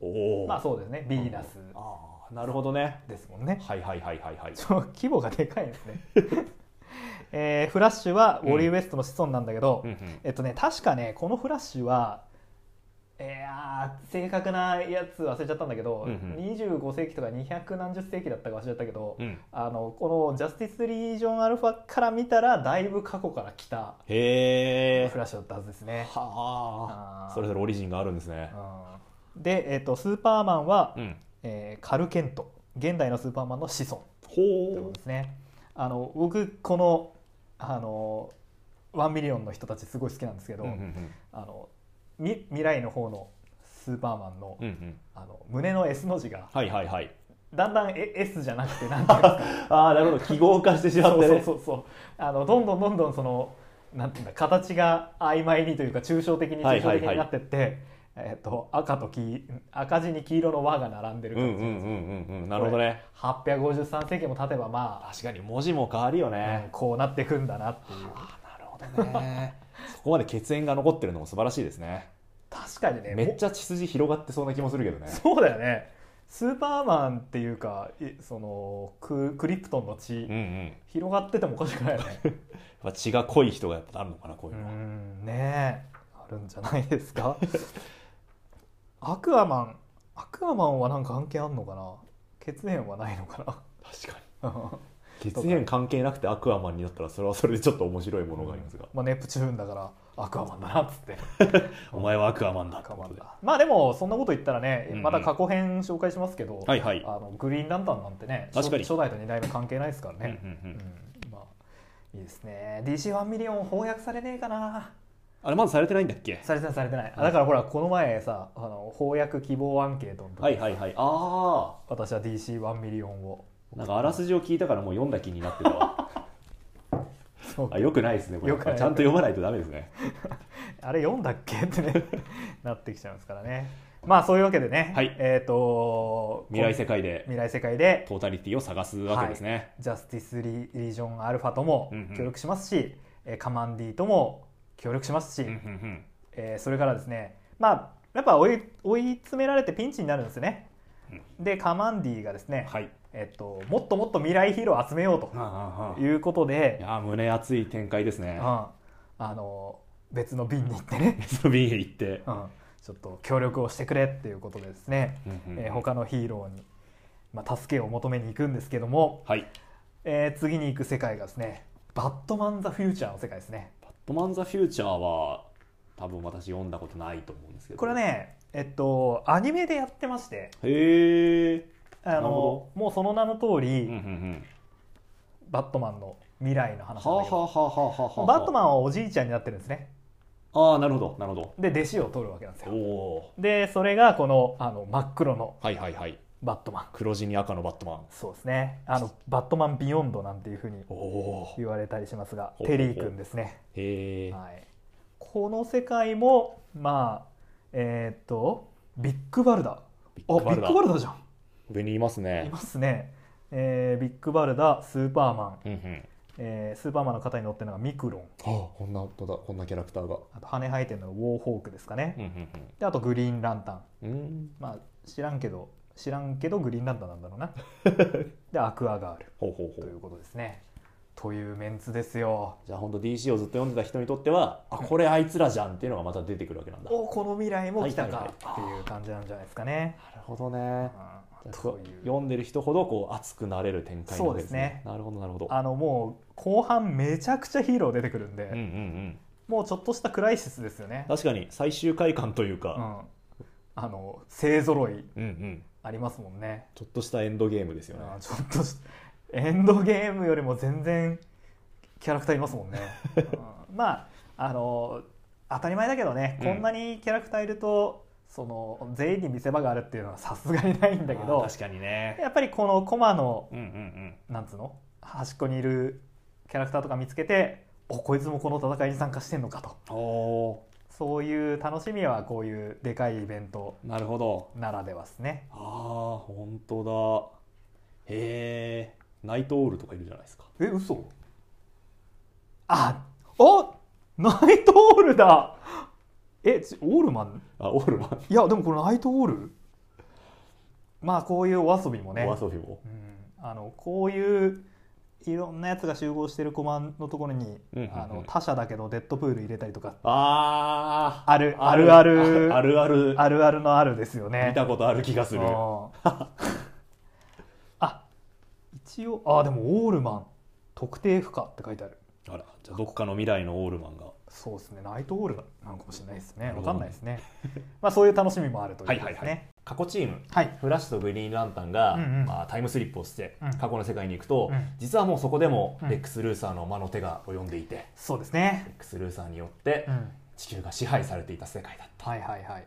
[SPEAKER 2] おお
[SPEAKER 1] まあそうですねヴィーナス
[SPEAKER 2] ああなるほどね
[SPEAKER 1] ですもんね、
[SPEAKER 2] はいはいはいはいはい
[SPEAKER 1] そう規模がでかいですね、 えーフラッシュはウォリー・ウエストの子孫なんだけど、
[SPEAKER 2] うんうん
[SPEAKER 1] えっとね確かねこのフラッシュはえーあー正確なやつ忘れちゃったんだけど、
[SPEAKER 2] うんうん
[SPEAKER 1] 25世紀とか200何十世紀だったか忘れちゃったけど、
[SPEAKER 2] うん
[SPEAKER 1] あのこのジャスティス・リージョン・アルファから見たらだいぶ過去から来た
[SPEAKER 2] へえ
[SPEAKER 1] フラッシュだったはずですね。
[SPEAKER 2] はあ
[SPEAKER 1] あー
[SPEAKER 2] それぞれオリジンがあるんですね
[SPEAKER 1] うんで、えっとスーパーマンは、
[SPEAKER 2] うん
[SPEAKER 1] えーカルケント現代のスーパーマンの子孫というこ
[SPEAKER 2] ほ
[SPEAKER 1] とですねあの僕このあのワンミリオンの人たちすごい好きなんですけど、
[SPEAKER 2] うんうんうん
[SPEAKER 1] あのみ未来の方のスーパーマンの,、
[SPEAKER 2] うんうん
[SPEAKER 1] あの胸の S の字が
[SPEAKER 2] はいはいはい
[SPEAKER 1] だんだんえ S じゃなくてなんていうん ですか
[SPEAKER 2] ああなるほど記号化してしまっ
[SPEAKER 1] そう
[SPEAKER 2] て
[SPEAKER 1] そう
[SPEAKER 2] ね
[SPEAKER 1] そうそうあのどんどんどんどんそのなんていうんだ形が曖昧にというか抽象的に
[SPEAKER 2] はい
[SPEAKER 1] 抽象
[SPEAKER 2] はい
[SPEAKER 1] 的
[SPEAKER 2] はい
[SPEAKER 1] になってって、えっと赤と黄赤字に黄色の輪が並んでる
[SPEAKER 2] う
[SPEAKER 1] 感
[SPEAKER 2] んう
[SPEAKER 1] じ、
[SPEAKER 2] んうんうんうんなるほどね
[SPEAKER 1] 853世紀も経てばま
[SPEAKER 2] 確かに文字も変わるよ
[SPEAKER 1] あ、うん
[SPEAKER 2] ね
[SPEAKER 1] こうなってくんだなっていう
[SPEAKER 2] ああなるほど ねそこまで血縁が残ってるのも素晴らしいですね
[SPEAKER 1] 確かにね
[SPEAKER 2] めっ
[SPEAKER 1] も
[SPEAKER 2] ちゃ血筋広がってそうな気もするけどね
[SPEAKER 1] そうだよねスーパーマンっていうかいそのククリプトンの血、
[SPEAKER 2] うんうんやっ
[SPEAKER 1] 広がっててもおかしくないよね
[SPEAKER 2] ぱ血が濃い人がやっぱあるのかな こういううのは
[SPEAKER 1] んねえあるんじゃないですか アクアマンアクアマンはなんか関係あんのかな血縁はないのか
[SPEAKER 2] 確かに
[SPEAKER 1] な
[SPEAKER 2] 血縁関係なくてアクアマンになったらそれはそれでちょっと面白いものがありますが、
[SPEAKER 1] まあネプチューンだからアクアマンだなっつって
[SPEAKER 2] お前はアクアマンだ
[SPEAKER 1] ア
[SPEAKER 2] って
[SPEAKER 1] クア
[SPEAKER 2] こ
[SPEAKER 1] マ
[SPEAKER 2] と
[SPEAKER 1] ン
[SPEAKER 2] で
[SPEAKER 1] だまあでもそんなこと言ったらね
[SPEAKER 2] うんうん
[SPEAKER 1] また過去編紹介しますけど、
[SPEAKER 2] はいはい
[SPEAKER 1] あのグリーンランタンなんてね
[SPEAKER 2] 確かに
[SPEAKER 1] 初初代と2代目関係ないですからね、
[SPEAKER 2] うんうんうん
[SPEAKER 1] うんまあいいですね DC1 ミリオン翻訳されねえかな
[SPEAKER 2] あれまだされてないんだっけ
[SPEAKER 1] されてないされてないあだからほらこの前さあの翻訳希望アンケートの時、
[SPEAKER 2] はいはいはいあ
[SPEAKER 1] 私は DC1 ミリオンを
[SPEAKER 2] あなんかあらすじを聞いたからもう読んだ気になって たわ
[SPEAKER 1] そう
[SPEAKER 2] あよくないですねこれ
[SPEAKER 1] 良くない
[SPEAKER 2] ちゃんと読まないとダメです ね
[SPEAKER 1] あれ読んだっけってね なってきちゃいますからねまあそういうわけでね、
[SPEAKER 2] はい
[SPEAKER 1] えっ、と
[SPEAKER 2] 未来世界で
[SPEAKER 1] 未来世界で
[SPEAKER 2] トータリティを探すわけですね、
[SPEAKER 1] ジャスティスリ・リージョン・アルファとも
[SPEAKER 2] うんうん
[SPEAKER 1] 協力しますし、えーカマンディとも協力しますし、
[SPEAKER 2] うんうんうん
[SPEAKER 1] えーそれからですねまあやっぱ追い追い詰められてピンチになるんですよね、でカマンディがですね、
[SPEAKER 2] はい
[SPEAKER 1] えっともっともっと未来ヒーローを集めよう
[SPEAKER 2] ああああ
[SPEAKER 1] ということ
[SPEAKER 2] い
[SPEAKER 1] で、
[SPEAKER 2] やー胸熱い展開です
[SPEAKER 1] う
[SPEAKER 2] ね
[SPEAKER 1] ん、あの別の便に行ってね、
[SPEAKER 2] その便へ行っ て、
[SPEAKER 1] うん、ちょっと協力をしてくれっていうことでですね、
[SPEAKER 2] うんうん
[SPEAKER 1] えー他のヒーローに、まあ、助けを求めに行くんですけども、
[SPEAKER 2] はい
[SPEAKER 1] えー次に行く世界がですねバットマン・ザ・フューチャーの世界ですね
[SPEAKER 2] バットマン・ザ・フューチャーは多分私読んだことないと思うんですけど
[SPEAKER 1] これねえっとアニメでやってまして
[SPEAKER 2] へえ
[SPEAKER 1] あ
[SPEAKER 2] なるほ
[SPEAKER 1] のもうその名の通り、
[SPEAKER 2] うんうんうん
[SPEAKER 1] バットマンの未来の
[SPEAKER 2] は
[SPEAKER 1] 話
[SPEAKER 2] あ
[SPEAKER 1] なん
[SPEAKER 2] は
[SPEAKER 1] だけど
[SPEAKER 2] あはあはあはあはあ
[SPEAKER 1] バットマンはおじいちゃんになってるんですね
[SPEAKER 2] ああなるほどなるほ
[SPEAKER 1] で弟子を取るわけなんです
[SPEAKER 2] どお
[SPEAKER 1] よ
[SPEAKER 2] お
[SPEAKER 1] でそれがこのあの真っ黒の
[SPEAKER 2] ーはいはいはい
[SPEAKER 1] バットマン
[SPEAKER 2] 黒地に赤のバットマン
[SPEAKER 1] そうですねあのバットマンビヨンドなんていうふうに
[SPEAKER 2] おお
[SPEAKER 1] 言われたりしますが
[SPEAKER 2] ほうほう
[SPEAKER 1] テ
[SPEAKER 2] ほう
[SPEAKER 1] リー君ですね、
[SPEAKER 2] へえ
[SPEAKER 1] はい、この世界もまあえーっとビッグバルダ
[SPEAKER 2] ビッ
[SPEAKER 1] あ
[SPEAKER 2] グバル
[SPEAKER 1] ビ
[SPEAKER 2] ダ
[SPEAKER 1] ッグバルダじゃん
[SPEAKER 2] 上にいます
[SPEAKER 1] い
[SPEAKER 2] ね
[SPEAKER 1] ますね、えービッグバルダスーパーマン、
[SPEAKER 2] うんうん
[SPEAKER 1] えースーパーマンの肩に乗ってるのがミクロン
[SPEAKER 2] あこ
[SPEAKER 3] こんなとだこんなキャラクターが
[SPEAKER 1] あと羽生えてるのがウォーホークですかね、
[SPEAKER 2] うんうん
[SPEAKER 1] であとグリーンランタン
[SPEAKER 2] うんうん
[SPEAKER 1] まあ知らんけど知らんけどグリーンランタンなんだろう なでアクアガール
[SPEAKER 2] ほうほう
[SPEAKER 1] と
[SPEAKER 2] ほ
[SPEAKER 1] いううことですねというメンツですよ
[SPEAKER 2] じゃあ本当 DC をずっと読んでた人にとってはあこれあいつらじゃんっていうのがまた出てくるわけなんだなる
[SPEAKER 1] おこの未来も来た
[SPEAKER 2] はい
[SPEAKER 1] か
[SPEAKER 2] は
[SPEAKER 1] っ
[SPEAKER 2] い
[SPEAKER 1] て
[SPEAKER 2] はい
[SPEAKER 1] いう感じなんじゃないですかね、
[SPEAKER 2] ほどね
[SPEAKER 1] うん
[SPEAKER 2] と
[SPEAKER 1] という
[SPEAKER 2] 読んでる人ほどこう熱くなれる展開なわけですね
[SPEAKER 1] そうですね
[SPEAKER 2] なるほどなるほど
[SPEAKER 1] あのもう後半めちゃくちゃヒーロー出てくるんで、
[SPEAKER 2] うんうんうん
[SPEAKER 1] もうちょっとしたクライシスですよね、
[SPEAKER 2] 確かに最終回感という
[SPEAKER 1] う
[SPEAKER 2] か、
[SPEAKER 1] ん、あの勢ぞろい
[SPEAKER 2] うんうん、
[SPEAKER 1] ありますもんね
[SPEAKER 3] ちょっとしたエンドゲームですよね
[SPEAKER 1] あーちょっとしエンドゲームよりも全然キャラクターいますもんね、うんまああの当たり前だけどね、
[SPEAKER 2] うん
[SPEAKER 1] こんなにキャラクターいるとその全員に見せ場があるっていうのはさすがにないんだけ
[SPEAKER 2] あー
[SPEAKER 1] ど
[SPEAKER 2] 確かにね
[SPEAKER 1] やっぱりこのコマの
[SPEAKER 2] うんうんうん
[SPEAKER 1] なんつうの端っこにいるキャラクターとか見つけておこいつもこの戦いに参加してんのかと
[SPEAKER 2] おお
[SPEAKER 1] そういう楽しみはこういうでかいイベント
[SPEAKER 2] ーなるほど
[SPEAKER 1] ならではですね
[SPEAKER 2] ああ本当だへえナイトオールとかいるじゃないですか
[SPEAKER 1] え嘘あおナイトオールだえちオールマン
[SPEAKER 2] あオールマン
[SPEAKER 1] いやでもこれナイトオールまあこういうお遊びもね、
[SPEAKER 2] お遊びも
[SPEAKER 1] うん、あのこういういろんなやつが集合してるコマンのところに、
[SPEAKER 2] うんうんうん
[SPEAKER 1] あの他社だけどデッドプール入れたりとか
[SPEAKER 2] あー
[SPEAKER 1] あるあるある
[SPEAKER 2] あるある
[SPEAKER 1] あるあるのあるですよね
[SPEAKER 2] 見たことある気がする
[SPEAKER 1] うんあ一応あでもオールマン特定不可って書いてある
[SPEAKER 2] あらじゃあどこかの未来のオールマンが
[SPEAKER 1] そうですねナイトオールなのかもしれないですね
[SPEAKER 2] なる
[SPEAKER 1] わ
[SPEAKER 2] ほどね
[SPEAKER 1] かんないですね まあそういう楽しみもあるということですね
[SPEAKER 2] 過去チーム
[SPEAKER 1] はい
[SPEAKER 2] フラッシュとグリーンランタンが、
[SPEAKER 1] うんうん
[SPEAKER 2] まあ、タイムスリップをして
[SPEAKER 1] うん
[SPEAKER 2] 過去の世界に行くと、
[SPEAKER 1] うん
[SPEAKER 2] 実はもうそこでも
[SPEAKER 1] うん
[SPEAKER 2] レックス・ルーサーの魔の手が及んでいて、レ
[SPEAKER 1] そうですね
[SPEAKER 2] ックス・ルーサーによって
[SPEAKER 1] うん
[SPEAKER 2] 地球が支配されていた世界だった
[SPEAKER 1] はいはいはい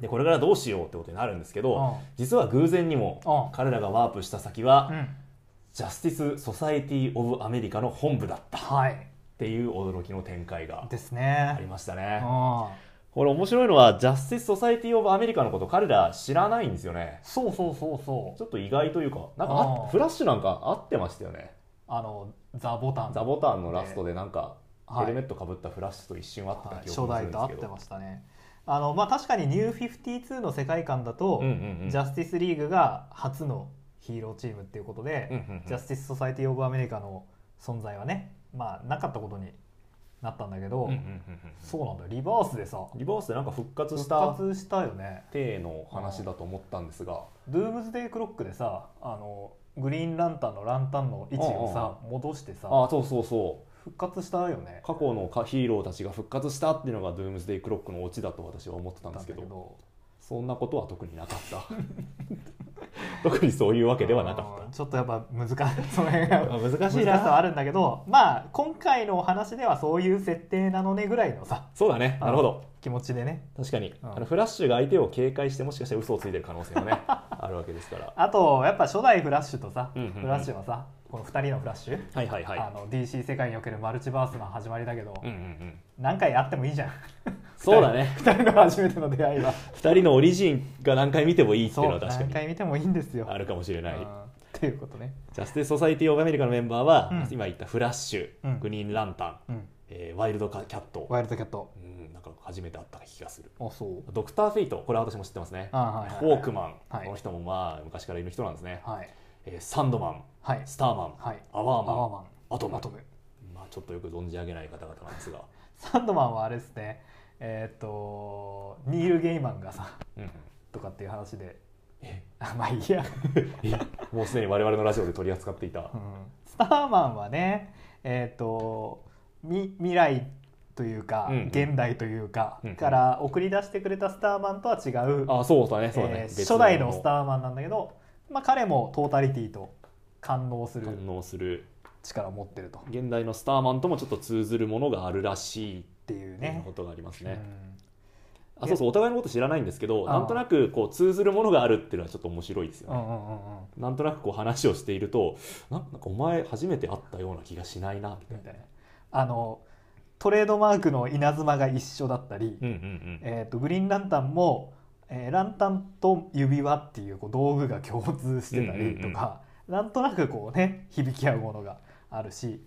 [SPEAKER 2] でこれからどうしようってことになるんですけど、
[SPEAKER 1] うん
[SPEAKER 2] 実は偶然にも
[SPEAKER 1] うん
[SPEAKER 2] 彼らがワープした先は、
[SPEAKER 1] うん
[SPEAKER 2] ジャスティス・ソサエティ・オブ・アメリカの本部だったっ
[SPEAKER 1] はい
[SPEAKER 2] ていう驚きの展開が
[SPEAKER 1] です
[SPEAKER 2] あり
[SPEAKER 1] ね
[SPEAKER 2] ました
[SPEAKER 1] う
[SPEAKER 2] ね
[SPEAKER 1] ん。そ
[SPEAKER 2] これ面白いのはジャスティス・ソサエティ・オブ・アメリカのこと彼ら知らないんですよね。
[SPEAKER 1] うそうそうそ
[SPEAKER 2] ち
[SPEAKER 1] う
[SPEAKER 2] ょっと意外というかなんか
[SPEAKER 1] あ
[SPEAKER 2] あ
[SPEAKER 1] ー
[SPEAKER 2] フラッシュなんか合ってましたよね。
[SPEAKER 1] あのザ・ボタン
[SPEAKER 2] ザ・ボタンのラストでなんか、
[SPEAKER 1] はい
[SPEAKER 2] ヘルメットかぶったフラッシュと一瞬あって
[SPEAKER 1] は
[SPEAKER 2] た
[SPEAKER 1] い
[SPEAKER 2] 記
[SPEAKER 1] 初
[SPEAKER 2] 憶が
[SPEAKER 1] 代
[SPEAKER 2] するんで
[SPEAKER 1] と合っ
[SPEAKER 2] すけ
[SPEAKER 1] て
[SPEAKER 2] ど、
[SPEAKER 1] ましたねあのまあ確かにニュー52の世界観だと、
[SPEAKER 2] うんうんうん
[SPEAKER 1] ジャスティスリーグが初のヒーローチームっていうことで、
[SPEAKER 2] うんうんうん
[SPEAKER 1] ジャスティス・ソサイティ・オブ・アメリカの存在はねまあなかったことになったんだけど、
[SPEAKER 2] うんうんうんうん
[SPEAKER 1] そうなんだよリバースでさ
[SPEAKER 2] リバースでなんか復活し
[SPEAKER 1] 復
[SPEAKER 2] た
[SPEAKER 1] 活したよね
[SPEAKER 2] 体の話だと思ったんですが、
[SPEAKER 1] ドゥームズデイ・クロックでさあのグリーンランタンのランタンの位置をさ戻して
[SPEAKER 2] あ
[SPEAKER 1] さ
[SPEAKER 2] あそうそうそう
[SPEAKER 1] 復活したよね
[SPEAKER 2] 過去のかヒーローたちが復活したっていうのがドゥームズデイクロックのオチだと私は思ってたんですけどそんなことは特になかった 特にそういうわ
[SPEAKER 1] わ
[SPEAKER 2] けではなかっ
[SPEAKER 1] ちょっとやっぱ難しい その辺
[SPEAKER 2] た
[SPEAKER 1] が
[SPEAKER 2] あ難
[SPEAKER 1] 難し
[SPEAKER 2] しい
[SPEAKER 1] さは
[SPEAKER 2] な
[SPEAKER 1] あるんだけどまあ今回のお話ではそういう設定なのねぐらいのさ
[SPEAKER 2] そうだねなるほど
[SPEAKER 1] 気持ちでね
[SPEAKER 2] 確かに
[SPEAKER 1] うん
[SPEAKER 2] あのフラッシュが相手を警戒してもしかしたら嘘をついてる可能性も ねあるわけですから
[SPEAKER 1] あとやっぱ初代フラッシュとさ、
[SPEAKER 2] うんうんうん
[SPEAKER 1] フラッシュはさこの2人のフラッシュ、
[SPEAKER 2] はいはいはい
[SPEAKER 1] あの DC 世界におけるマルチバースの始まりだけど、
[SPEAKER 2] うんうんうん
[SPEAKER 1] 何回あってもいいじゃん
[SPEAKER 2] そうだね
[SPEAKER 1] 2人の初めての出会いは
[SPEAKER 2] 2人のオリジンが何回見てもいいっていう
[SPEAKER 1] そ
[SPEAKER 2] の
[SPEAKER 1] う
[SPEAKER 2] は確
[SPEAKER 1] 何
[SPEAKER 2] かに
[SPEAKER 1] 回見てもいいんですよ
[SPEAKER 2] あるかもしれない
[SPEAKER 1] うんっていうことね
[SPEAKER 2] ジャスティス・ソサイティ・オブ・アメリカのメンバーは、
[SPEAKER 1] うん
[SPEAKER 2] 今言ったフラッシュ、
[SPEAKER 1] うん
[SPEAKER 2] グリーン・ランタン、
[SPEAKER 1] うん
[SPEAKER 2] えーワイルドカ・キャット、
[SPEAKER 1] ワイルドキャット
[SPEAKER 2] うん、なんか初めて会った気がする
[SPEAKER 1] あそう
[SPEAKER 2] ドクター・フェイトこれは私も知ってますね
[SPEAKER 1] あはいはい
[SPEAKER 2] ホークマン、
[SPEAKER 1] はい
[SPEAKER 2] この人もまあ昔からいる人なんですね、
[SPEAKER 1] はい
[SPEAKER 2] えーサンドマン
[SPEAKER 1] はい
[SPEAKER 2] スターマン、
[SPEAKER 1] はい
[SPEAKER 2] アワ
[SPEAKER 1] ア
[SPEAKER 2] ーマン
[SPEAKER 1] ワーマン
[SPEAKER 2] アトム
[SPEAKER 1] アトム
[SPEAKER 2] まあ、ちょっとよく存じ上げない方々なんですが、
[SPEAKER 1] サンドマンはあれですねえーっとニール・ゲイマンがさ
[SPEAKER 2] うんうん
[SPEAKER 1] とかっていう話で
[SPEAKER 2] え
[SPEAKER 1] あまあいいや、
[SPEAKER 2] えもうすでに我々のラジオで取り扱っていた
[SPEAKER 1] う、んスターマンはねえーっとみ未来というか、
[SPEAKER 2] うんうん
[SPEAKER 1] 現代というか、
[SPEAKER 2] うんうん
[SPEAKER 1] から送り出してくれたスターマンとは違う
[SPEAKER 2] あそうだねそうだね、
[SPEAKER 1] えー
[SPEAKER 2] 別
[SPEAKER 1] 初代のスターマンなんだけど、まあ、彼もトータリティと感動する
[SPEAKER 2] 反応する
[SPEAKER 1] 力を持ってるとっ
[SPEAKER 2] 現代のスターマンともちょっと通ずるものがあるらしい
[SPEAKER 1] ていう
[SPEAKER 2] ね
[SPEAKER 1] ね。
[SPEAKER 2] ことがあります
[SPEAKER 1] う
[SPEAKER 2] ね、
[SPEAKER 1] ん
[SPEAKER 2] あそうそうお互いのこと知らないんですけど
[SPEAKER 1] あー
[SPEAKER 2] なんとなくこう通ずるものがあるっていうのはちょっと面白いですよ
[SPEAKER 1] う
[SPEAKER 2] ね、
[SPEAKER 1] んうんうんうん
[SPEAKER 2] なんとなくこう話をしているとななんかお前初めて会ったような気がしないなみた
[SPEAKER 1] み
[SPEAKER 2] いな
[SPEAKER 1] たいなあのトレードマークの稲妻が一緒だったり、
[SPEAKER 2] うんうんうん
[SPEAKER 1] えー、とグリーンランタンもえーランタンと指輪っていうこう道具が共通してたりとか、なんとなくこうね響き合うものがあるし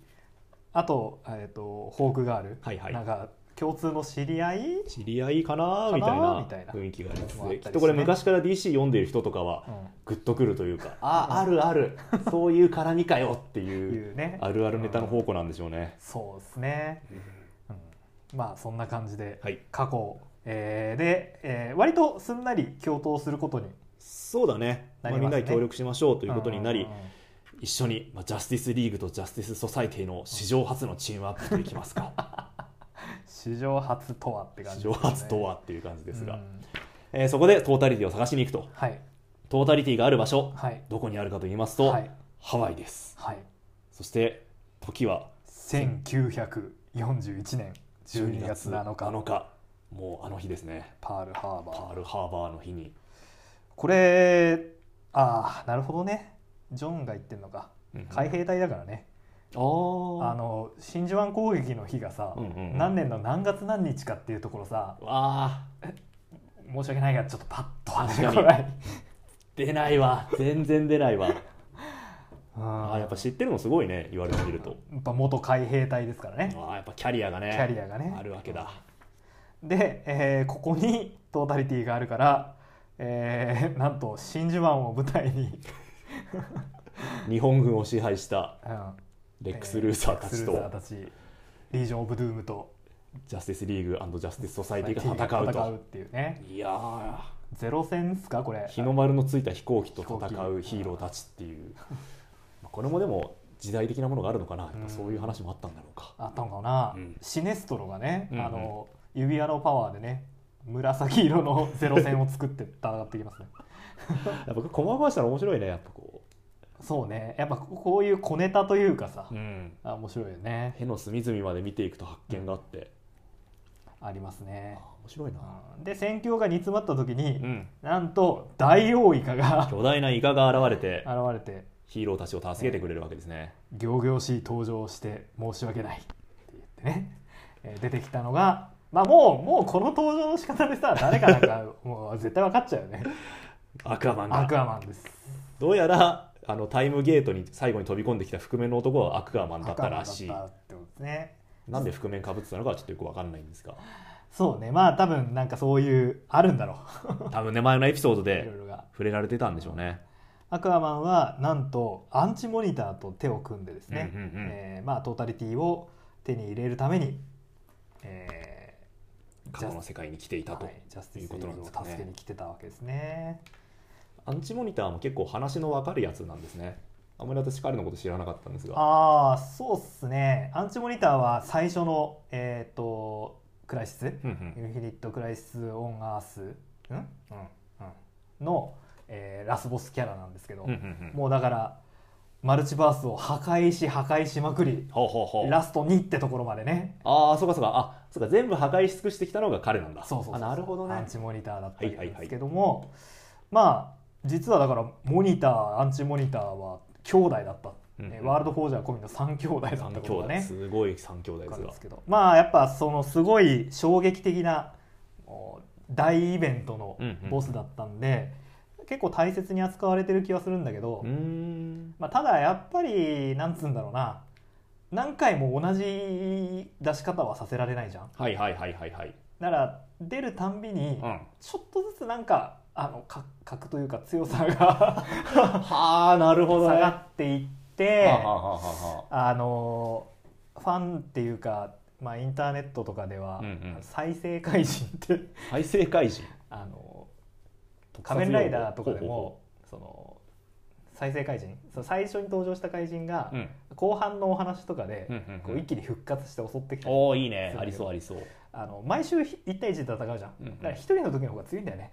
[SPEAKER 1] あと,、えー、とフォークがある、
[SPEAKER 2] はいはい
[SPEAKER 1] なんか共通の知り合い
[SPEAKER 2] 知り合いかな
[SPEAKER 1] かな
[SPEAKER 2] みたいな
[SPEAKER 1] みたいな
[SPEAKER 2] 雰囲気があります
[SPEAKER 1] もあった
[SPEAKER 2] ね
[SPEAKER 1] り
[SPEAKER 2] きっとこれ
[SPEAKER 1] してね
[SPEAKER 2] 昔から DC 読んでる人とかはグッとくるというか、ああるあ るそういう絡みかよって
[SPEAKER 1] うん、
[SPEAKER 2] いう
[SPEAKER 1] いうね
[SPEAKER 2] あるあるネタの宝庫なんでしょうね、
[SPEAKER 1] そうですね、うんまあそんな感じで
[SPEAKER 2] はい
[SPEAKER 1] 過去、えーで、えー割とすんなり共闘することに
[SPEAKER 2] そうだね
[SPEAKER 1] な
[SPEAKER 2] ま
[SPEAKER 1] りますね
[SPEAKER 2] あ、みんなで協力しましょうということになり、
[SPEAKER 1] うんうんうん
[SPEAKER 2] 一緒に、まあ、ジャスティスリーグとジャスティスソサイティの史上初のチームアップでいきま すか
[SPEAKER 1] 史上初とはって感
[SPEAKER 2] 史
[SPEAKER 1] じ
[SPEAKER 2] 上初と
[SPEAKER 1] は
[SPEAKER 2] はっていう感じですが、
[SPEAKER 1] うん
[SPEAKER 2] えーそこでトータリティを探しに行くと
[SPEAKER 1] はい
[SPEAKER 2] トータリティがある場所
[SPEAKER 1] はい
[SPEAKER 2] どこにあるかと言いますと、
[SPEAKER 1] はい
[SPEAKER 2] ハワイです
[SPEAKER 1] はい
[SPEAKER 2] そして時は
[SPEAKER 1] 1941年12月7日
[SPEAKER 2] 7日もうあの日ですね
[SPEAKER 1] パールハーバ
[SPEAKER 2] パ
[SPEAKER 1] ー
[SPEAKER 2] ールハーバーの日に、
[SPEAKER 1] これああなるほどねジョンが言ってんのか海兵隊だからね、あ
[SPEAKER 2] あ
[SPEAKER 1] の真珠湾攻撃の日がさ、
[SPEAKER 2] うんうんうん
[SPEAKER 1] 何年の何月何日かっていうところさ
[SPEAKER 2] あわあ
[SPEAKER 1] 申し訳ないがちょっとパッとは出て
[SPEAKER 2] 確
[SPEAKER 1] こ
[SPEAKER 2] か
[SPEAKER 1] な
[SPEAKER 2] に
[SPEAKER 1] い
[SPEAKER 2] 出ないわ全然出ないわ
[SPEAKER 1] あ
[SPEAKER 2] あーやっぱ知ってるのすごいね言われてみると
[SPEAKER 1] やっぱ元海兵隊ですからね
[SPEAKER 2] あーやっぱキャリアがね
[SPEAKER 1] キャリアがね
[SPEAKER 2] あるわけだ
[SPEAKER 1] で、えーここにトータリティがあるから、えーなんと真珠湾を舞台に、
[SPEAKER 2] 日本軍を支配した
[SPEAKER 1] うん
[SPEAKER 2] レックス・ルーサーたち
[SPEAKER 1] レックスル
[SPEAKER 2] と
[SPEAKER 1] ーサーたちリージョン・オブ・ドゥームと
[SPEAKER 2] ジャスティスリーグジャスティス・ソサイティが戦う
[SPEAKER 1] 戦うっ
[SPEAKER 2] と
[SPEAKER 1] ていうね
[SPEAKER 2] いやー
[SPEAKER 1] ゼロ戦ですかこれ
[SPEAKER 2] 日の丸のついた飛行機と戦
[SPEAKER 1] 飛行
[SPEAKER 2] う
[SPEAKER 1] 機
[SPEAKER 2] ヒーローたちっていうまあこれもでも時代的なものがあるのかなやっ
[SPEAKER 1] うん
[SPEAKER 2] ぱそういう話もあったんだろうか
[SPEAKER 1] あったのかな、
[SPEAKER 2] うん
[SPEAKER 1] シネストロがね、
[SPEAKER 2] うんうん
[SPEAKER 1] あの指輪のパワーでね紫色のゼロ戦を作って戦ってきますね
[SPEAKER 2] やっぱ細々したら面白いねやっぱこ
[SPEAKER 1] そうねやっぱこういう小ネタというかさ、
[SPEAKER 2] う、うん、
[SPEAKER 1] あ面白いよね
[SPEAKER 2] への隅々まで見ていくと発見があって、
[SPEAKER 1] ありますね
[SPEAKER 2] あ、面白いな、
[SPEAKER 1] うんで戦況が煮詰まった時に、
[SPEAKER 2] うん、
[SPEAKER 1] なんと大王イカが
[SPEAKER 2] 巨大なイカが現れて
[SPEAKER 1] 現れて
[SPEAKER 2] ヒーローたちを助けてくれるわけですね、
[SPEAKER 1] 仰々しい登場をして申し訳ないって言ってね、えー出てきたのがまあもうもうこの登場の仕方でさ誰かなんかもう絶対分かっちゃうよね
[SPEAKER 2] アクアマン
[SPEAKER 1] ア
[SPEAKER 2] が
[SPEAKER 1] クアマンです
[SPEAKER 2] どうやらあのタイムゲートに最後に飛び込んできた覆面の男はアクアマンだ
[SPEAKER 1] ア
[SPEAKER 2] っ
[SPEAKER 1] ク
[SPEAKER 2] た
[SPEAKER 1] アマンだ
[SPEAKER 2] ら
[SPEAKER 1] った
[SPEAKER 2] し
[SPEAKER 1] っ
[SPEAKER 2] い
[SPEAKER 1] てことですね
[SPEAKER 2] なんで覆面かぶってたのかはちょっとよくわかんないんですが
[SPEAKER 1] そうねまあ多分なんかそういうあるんだろ
[SPEAKER 2] 多分ね前のエピソード
[SPEAKER 1] うい
[SPEAKER 2] で
[SPEAKER 1] ろいろが
[SPEAKER 2] 触れられてたんでしょうね
[SPEAKER 1] アクアマンはなんとアンチモニターと手を組んでですね、
[SPEAKER 2] うんうんうん
[SPEAKER 1] えーまあトータリティを手に入れるために、えー
[SPEAKER 2] 過去の世界に来ていたと、
[SPEAKER 1] はいジャスティ
[SPEAKER 2] いう
[SPEAKER 1] ス
[SPEAKER 2] こ
[SPEAKER 1] リ
[SPEAKER 2] とな
[SPEAKER 1] ー
[SPEAKER 2] ん
[SPEAKER 1] グ
[SPEAKER 2] で
[SPEAKER 1] を
[SPEAKER 2] すか
[SPEAKER 1] 助け
[SPEAKER 2] ね
[SPEAKER 1] に来てたわけですね。
[SPEAKER 2] アンチモニターも結構話のわかるやつなんですねあんまり私彼のこと知らなかったんですが
[SPEAKER 1] ああ、そうっすね。アンチモニターは最初のえっ、とクライシス、
[SPEAKER 2] うんうん
[SPEAKER 1] インフィニットクライシスオンアース、ん、うん、うんの、えーラスボスキャラなんですけど、
[SPEAKER 2] うんうんうん
[SPEAKER 1] もうだからマルチバースを破壊し破壊しまくり、
[SPEAKER 2] ほうほうほう
[SPEAKER 1] ラスト2ってところまでね。
[SPEAKER 2] ああそうかそうかあそうか全部破壊し尽くしてきたのが彼なんだ
[SPEAKER 1] そうそうそう
[SPEAKER 2] あなるほど
[SPEAKER 1] ア
[SPEAKER 2] ね
[SPEAKER 1] ンチモニターだったり
[SPEAKER 2] はいはいはい
[SPEAKER 1] ですけども、まあ実はだからモニターアンチモニターは兄弟だった、
[SPEAKER 2] うん
[SPEAKER 1] ねワールドフォージャー込みの3兄弟だった
[SPEAKER 2] 三
[SPEAKER 1] こ
[SPEAKER 2] 兄
[SPEAKER 1] とが
[SPEAKER 2] 弟
[SPEAKER 1] ね
[SPEAKER 2] すごい三兄弟で
[SPEAKER 1] わか
[SPEAKER 2] す
[SPEAKER 1] るん
[SPEAKER 2] が
[SPEAKER 1] ですけどまあやっぱそのすごい衝撃的なもう大イベントの
[SPEAKER 2] うんうん
[SPEAKER 1] ボスだったんで、結構大切に扱われてる気はするんだけど、
[SPEAKER 2] うーん
[SPEAKER 1] まあ、ただやっぱりなんつうんだろうな何回も同じ出し方はさせられないじゃん。
[SPEAKER 2] はいはいはいはいはい、
[SPEAKER 1] なら出るたんびに、
[SPEAKER 2] は
[SPEAKER 1] ちょっとずつなんかあのか格というか強さ が
[SPEAKER 2] あなるほ
[SPEAKER 1] 下
[SPEAKER 2] どね
[SPEAKER 1] がっていって
[SPEAKER 2] はあはあはあはあ
[SPEAKER 1] あのファンっていうか、まあ、インターネットとかでは、
[SPEAKER 2] うんうん
[SPEAKER 1] 再生回人って
[SPEAKER 2] 再生怪人
[SPEAKER 1] あの仮面ライダーとかで
[SPEAKER 2] ほ
[SPEAKER 1] もその再生怪人その最初に登場した怪人が、
[SPEAKER 2] うほううん
[SPEAKER 1] 後半のお話とかで、
[SPEAKER 2] うんうんうん
[SPEAKER 1] こう一気に復活して襲ってきて
[SPEAKER 2] おおいいねありそうありそう
[SPEAKER 1] あの毎週1対1で戦うじゃん、
[SPEAKER 2] うんうん
[SPEAKER 1] だから一人の時の方が強いんだよね、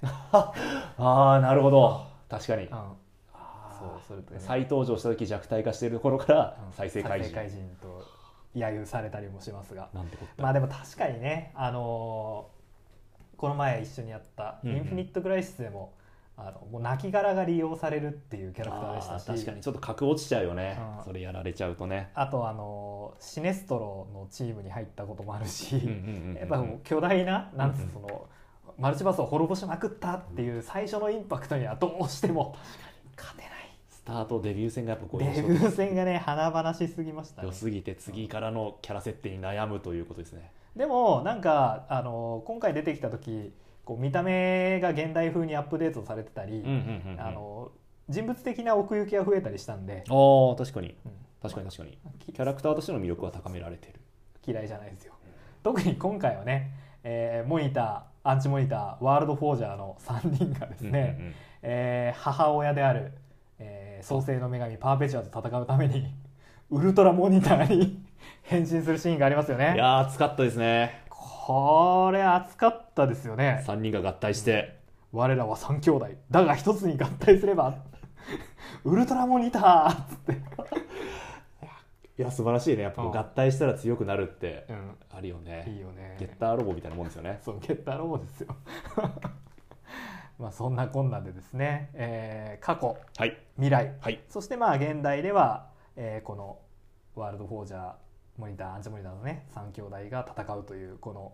[SPEAKER 2] ああなるほど確かに
[SPEAKER 1] うん、
[SPEAKER 2] あ
[SPEAKER 1] そうそれと
[SPEAKER 2] ー
[SPEAKER 1] ね
[SPEAKER 2] 再登場した時弱体化している頃から
[SPEAKER 1] うん
[SPEAKER 2] 再生怪
[SPEAKER 1] 再
[SPEAKER 2] 人
[SPEAKER 1] 生怪人と揶揄されたりもしますが
[SPEAKER 2] なんてこった
[SPEAKER 1] まあでも確かにね、あのーこの前一緒にやった「イ
[SPEAKER 2] うんうん
[SPEAKER 1] ンフィニット・クライシス」でも,、あのもう亡きが利用されるっていうキャラクターでした
[SPEAKER 2] あ
[SPEAKER 1] し
[SPEAKER 2] ー確かにちょっと格落ちちゃうよね
[SPEAKER 1] うん
[SPEAKER 2] それやられちゃうとね
[SPEAKER 1] あと、あのーシネストロのチームに入ったこともあるし、
[SPEAKER 2] うんうんうんうん
[SPEAKER 1] やっぱもう巨大ななんつう
[SPEAKER 2] うん
[SPEAKER 1] その、マルチバースを滅ぼしまくったっていう最初のインパクトにはどうしても勝てな
[SPEAKER 2] スタートデビュー戦がやっぱこう
[SPEAKER 1] いデビュー戦がね華々しすぎましたね
[SPEAKER 2] 良すぎて次からのキャラ設定に悩むということですね
[SPEAKER 1] でもなんかあの今回出てきた時こう見た目が現代風にアップデートされてたり、
[SPEAKER 2] ん
[SPEAKER 1] あの人物的な奥行きが増えたりしたんで、
[SPEAKER 2] ああ確かに
[SPEAKER 1] うん
[SPEAKER 2] 確かに確かに
[SPEAKER 1] き
[SPEAKER 2] キャラクターとしての魅力は高められてる
[SPEAKER 1] 嫌いじゃないですよ特に今回はね、えーモニターアンチモニターワールドフォージャーの3人がですね、
[SPEAKER 2] うんうんうん
[SPEAKER 1] えー母親である、えー創世の女神パーペチュアと戦うためにウルトラモニターに 変身するシーンがありますよ
[SPEAKER 2] い
[SPEAKER 1] ね
[SPEAKER 2] やー熱かったですね
[SPEAKER 1] これ熱かったですよね
[SPEAKER 2] 3人が合体して
[SPEAKER 1] 我らは三兄弟だが一つに合体すれば ウルトラモニターっつって、
[SPEAKER 2] いや素晴らしいねやっぱこう
[SPEAKER 1] うん
[SPEAKER 2] 合体したら強くなるって
[SPEAKER 1] うん、
[SPEAKER 2] あるよ
[SPEAKER 1] いい
[SPEAKER 2] ね
[SPEAKER 1] よね
[SPEAKER 2] ゲッターロボみたいなもんですよね
[SPEAKER 1] そうゲッターロボですよ まあそんなこんなでですね、えー過去
[SPEAKER 2] はい
[SPEAKER 1] 未来
[SPEAKER 2] はい
[SPEAKER 1] そしてまあ現代では、えーこのワールドフォージャーモニターアンチモニターのね3兄弟が戦うというこの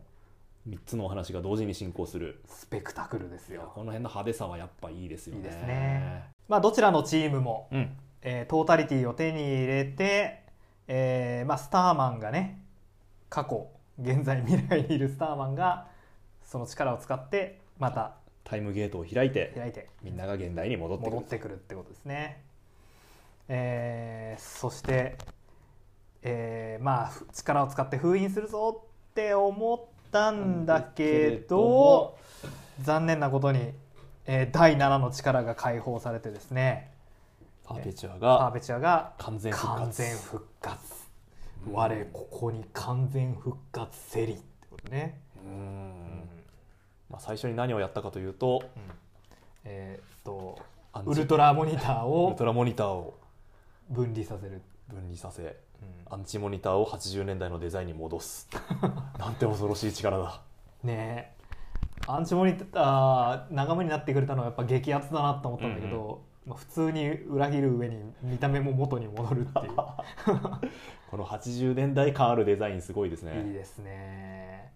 [SPEAKER 2] 3つのお話が同時に進行する
[SPEAKER 1] スペクタクルです
[SPEAKER 2] いやこ
[SPEAKER 1] よ。
[SPEAKER 2] の辺の派手さはやっぱいいですよね
[SPEAKER 1] いいですねまあ、どちらのチームも、
[SPEAKER 2] うん
[SPEAKER 1] えートータリティを手に入れて、えーまあ、スターマンがね過去現在未来にいるスターマンがその力を使ってまた
[SPEAKER 2] タイムゲートを開いて
[SPEAKER 1] 開いて
[SPEAKER 2] みんなが現代に戻ってく
[SPEAKER 1] 戻
[SPEAKER 2] る
[SPEAKER 1] ってくるってことですね。えーそして、えーまあふ力を使って封印するぞって思ったんだけど残念なことに、えー第7の力が解放されてですね
[SPEAKER 2] パーペチュア
[SPEAKER 1] パー
[SPEAKER 2] が
[SPEAKER 1] ベチュアが
[SPEAKER 2] 完全復活
[SPEAKER 1] 完全復活我ここに完全復活せりってことね。
[SPEAKER 2] うーんまあ、最初に何をやったかというと
[SPEAKER 1] えーっと
[SPEAKER 2] アンチ
[SPEAKER 1] ウルトラモニター
[SPEAKER 2] ウル
[SPEAKER 1] を
[SPEAKER 2] トラモニターを
[SPEAKER 1] 分離させる。
[SPEAKER 2] 分離させ
[SPEAKER 1] うん
[SPEAKER 2] アンチモニターを80年代のデザインに戻す なんて恐ろしい力だ
[SPEAKER 1] ねえアンチモニター仲間になってくれたのはやっぱ激アツだなと思ったんだけど、まあ、普通に裏切る上に見た目も元に戻る っていう
[SPEAKER 2] この80年代感あるデザインすごいです
[SPEAKER 1] いい
[SPEAKER 2] ね
[SPEAKER 1] ですね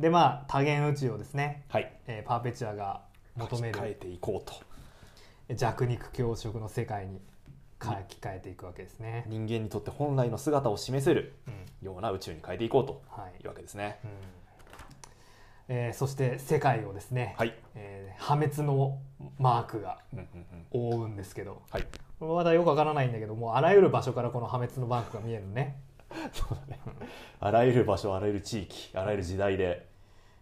[SPEAKER 1] でまあ多元宇宙をですね、
[SPEAKER 2] はい
[SPEAKER 1] えーパーペチュアが求め
[SPEAKER 2] 書き換え
[SPEAKER 1] る
[SPEAKER 2] ていこうと
[SPEAKER 1] 弱肉強食の世界に書き換えていくわけですね、
[SPEAKER 2] 人間にとって本来の姿を示せる
[SPEAKER 1] うん
[SPEAKER 2] ような宇宙に変えていこうと
[SPEAKER 1] はい
[SPEAKER 2] いうわけですね
[SPEAKER 1] うんえーそして世界をですね、
[SPEAKER 2] はい、
[SPEAKER 1] えー破滅のマークが
[SPEAKER 2] うんうんうん
[SPEAKER 1] 覆うんですけど
[SPEAKER 2] はい
[SPEAKER 1] これまだよくわからないんだけどもうあらゆる場所からこの破滅のバンクが見えるのね
[SPEAKER 2] そうだねあらゆる場所あらゆる地域あらゆる時代で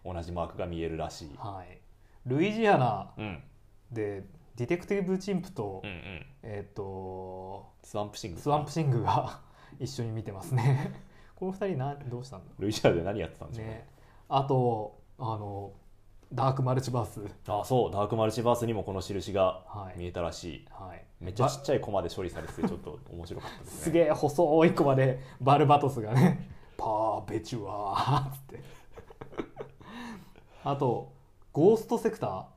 [SPEAKER 2] 同じマークが見えるらしい、
[SPEAKER 1] はいルイジアナ
[SPEAKER 2] うん、
[SPEAKER 1] でディテクティブチンプと、
[SPEAKER 2] うんうん
[SPEAKER 1] えっ、と
[SPEAKER 2] スワンプシング
[SPEAKER 1] スワンプシングが 一緒に見てますねこの二人などうしたんだろ
[SPEAKER 2] ルイジアナで何やってたん
[SPEAKER 1] う
[SPEAKER 2] でしょうね
[SPEAKER 1] ねあとあのダークマルチバース
[SPEAKER 2] あそうダークマルチバースにもこの印が
[SPEAKER 1] はい
[SPEAKER 2] 見えたらしい、
[SPEAKER 1] はい
[SPEAKER 2] めっちゃちっちゃいコマで処理されててちょっと面白かったですね
[SPEAKER 1] すげえ細い子までバルバトスがね「パーペチュアー」っつって あとゴーストセクタ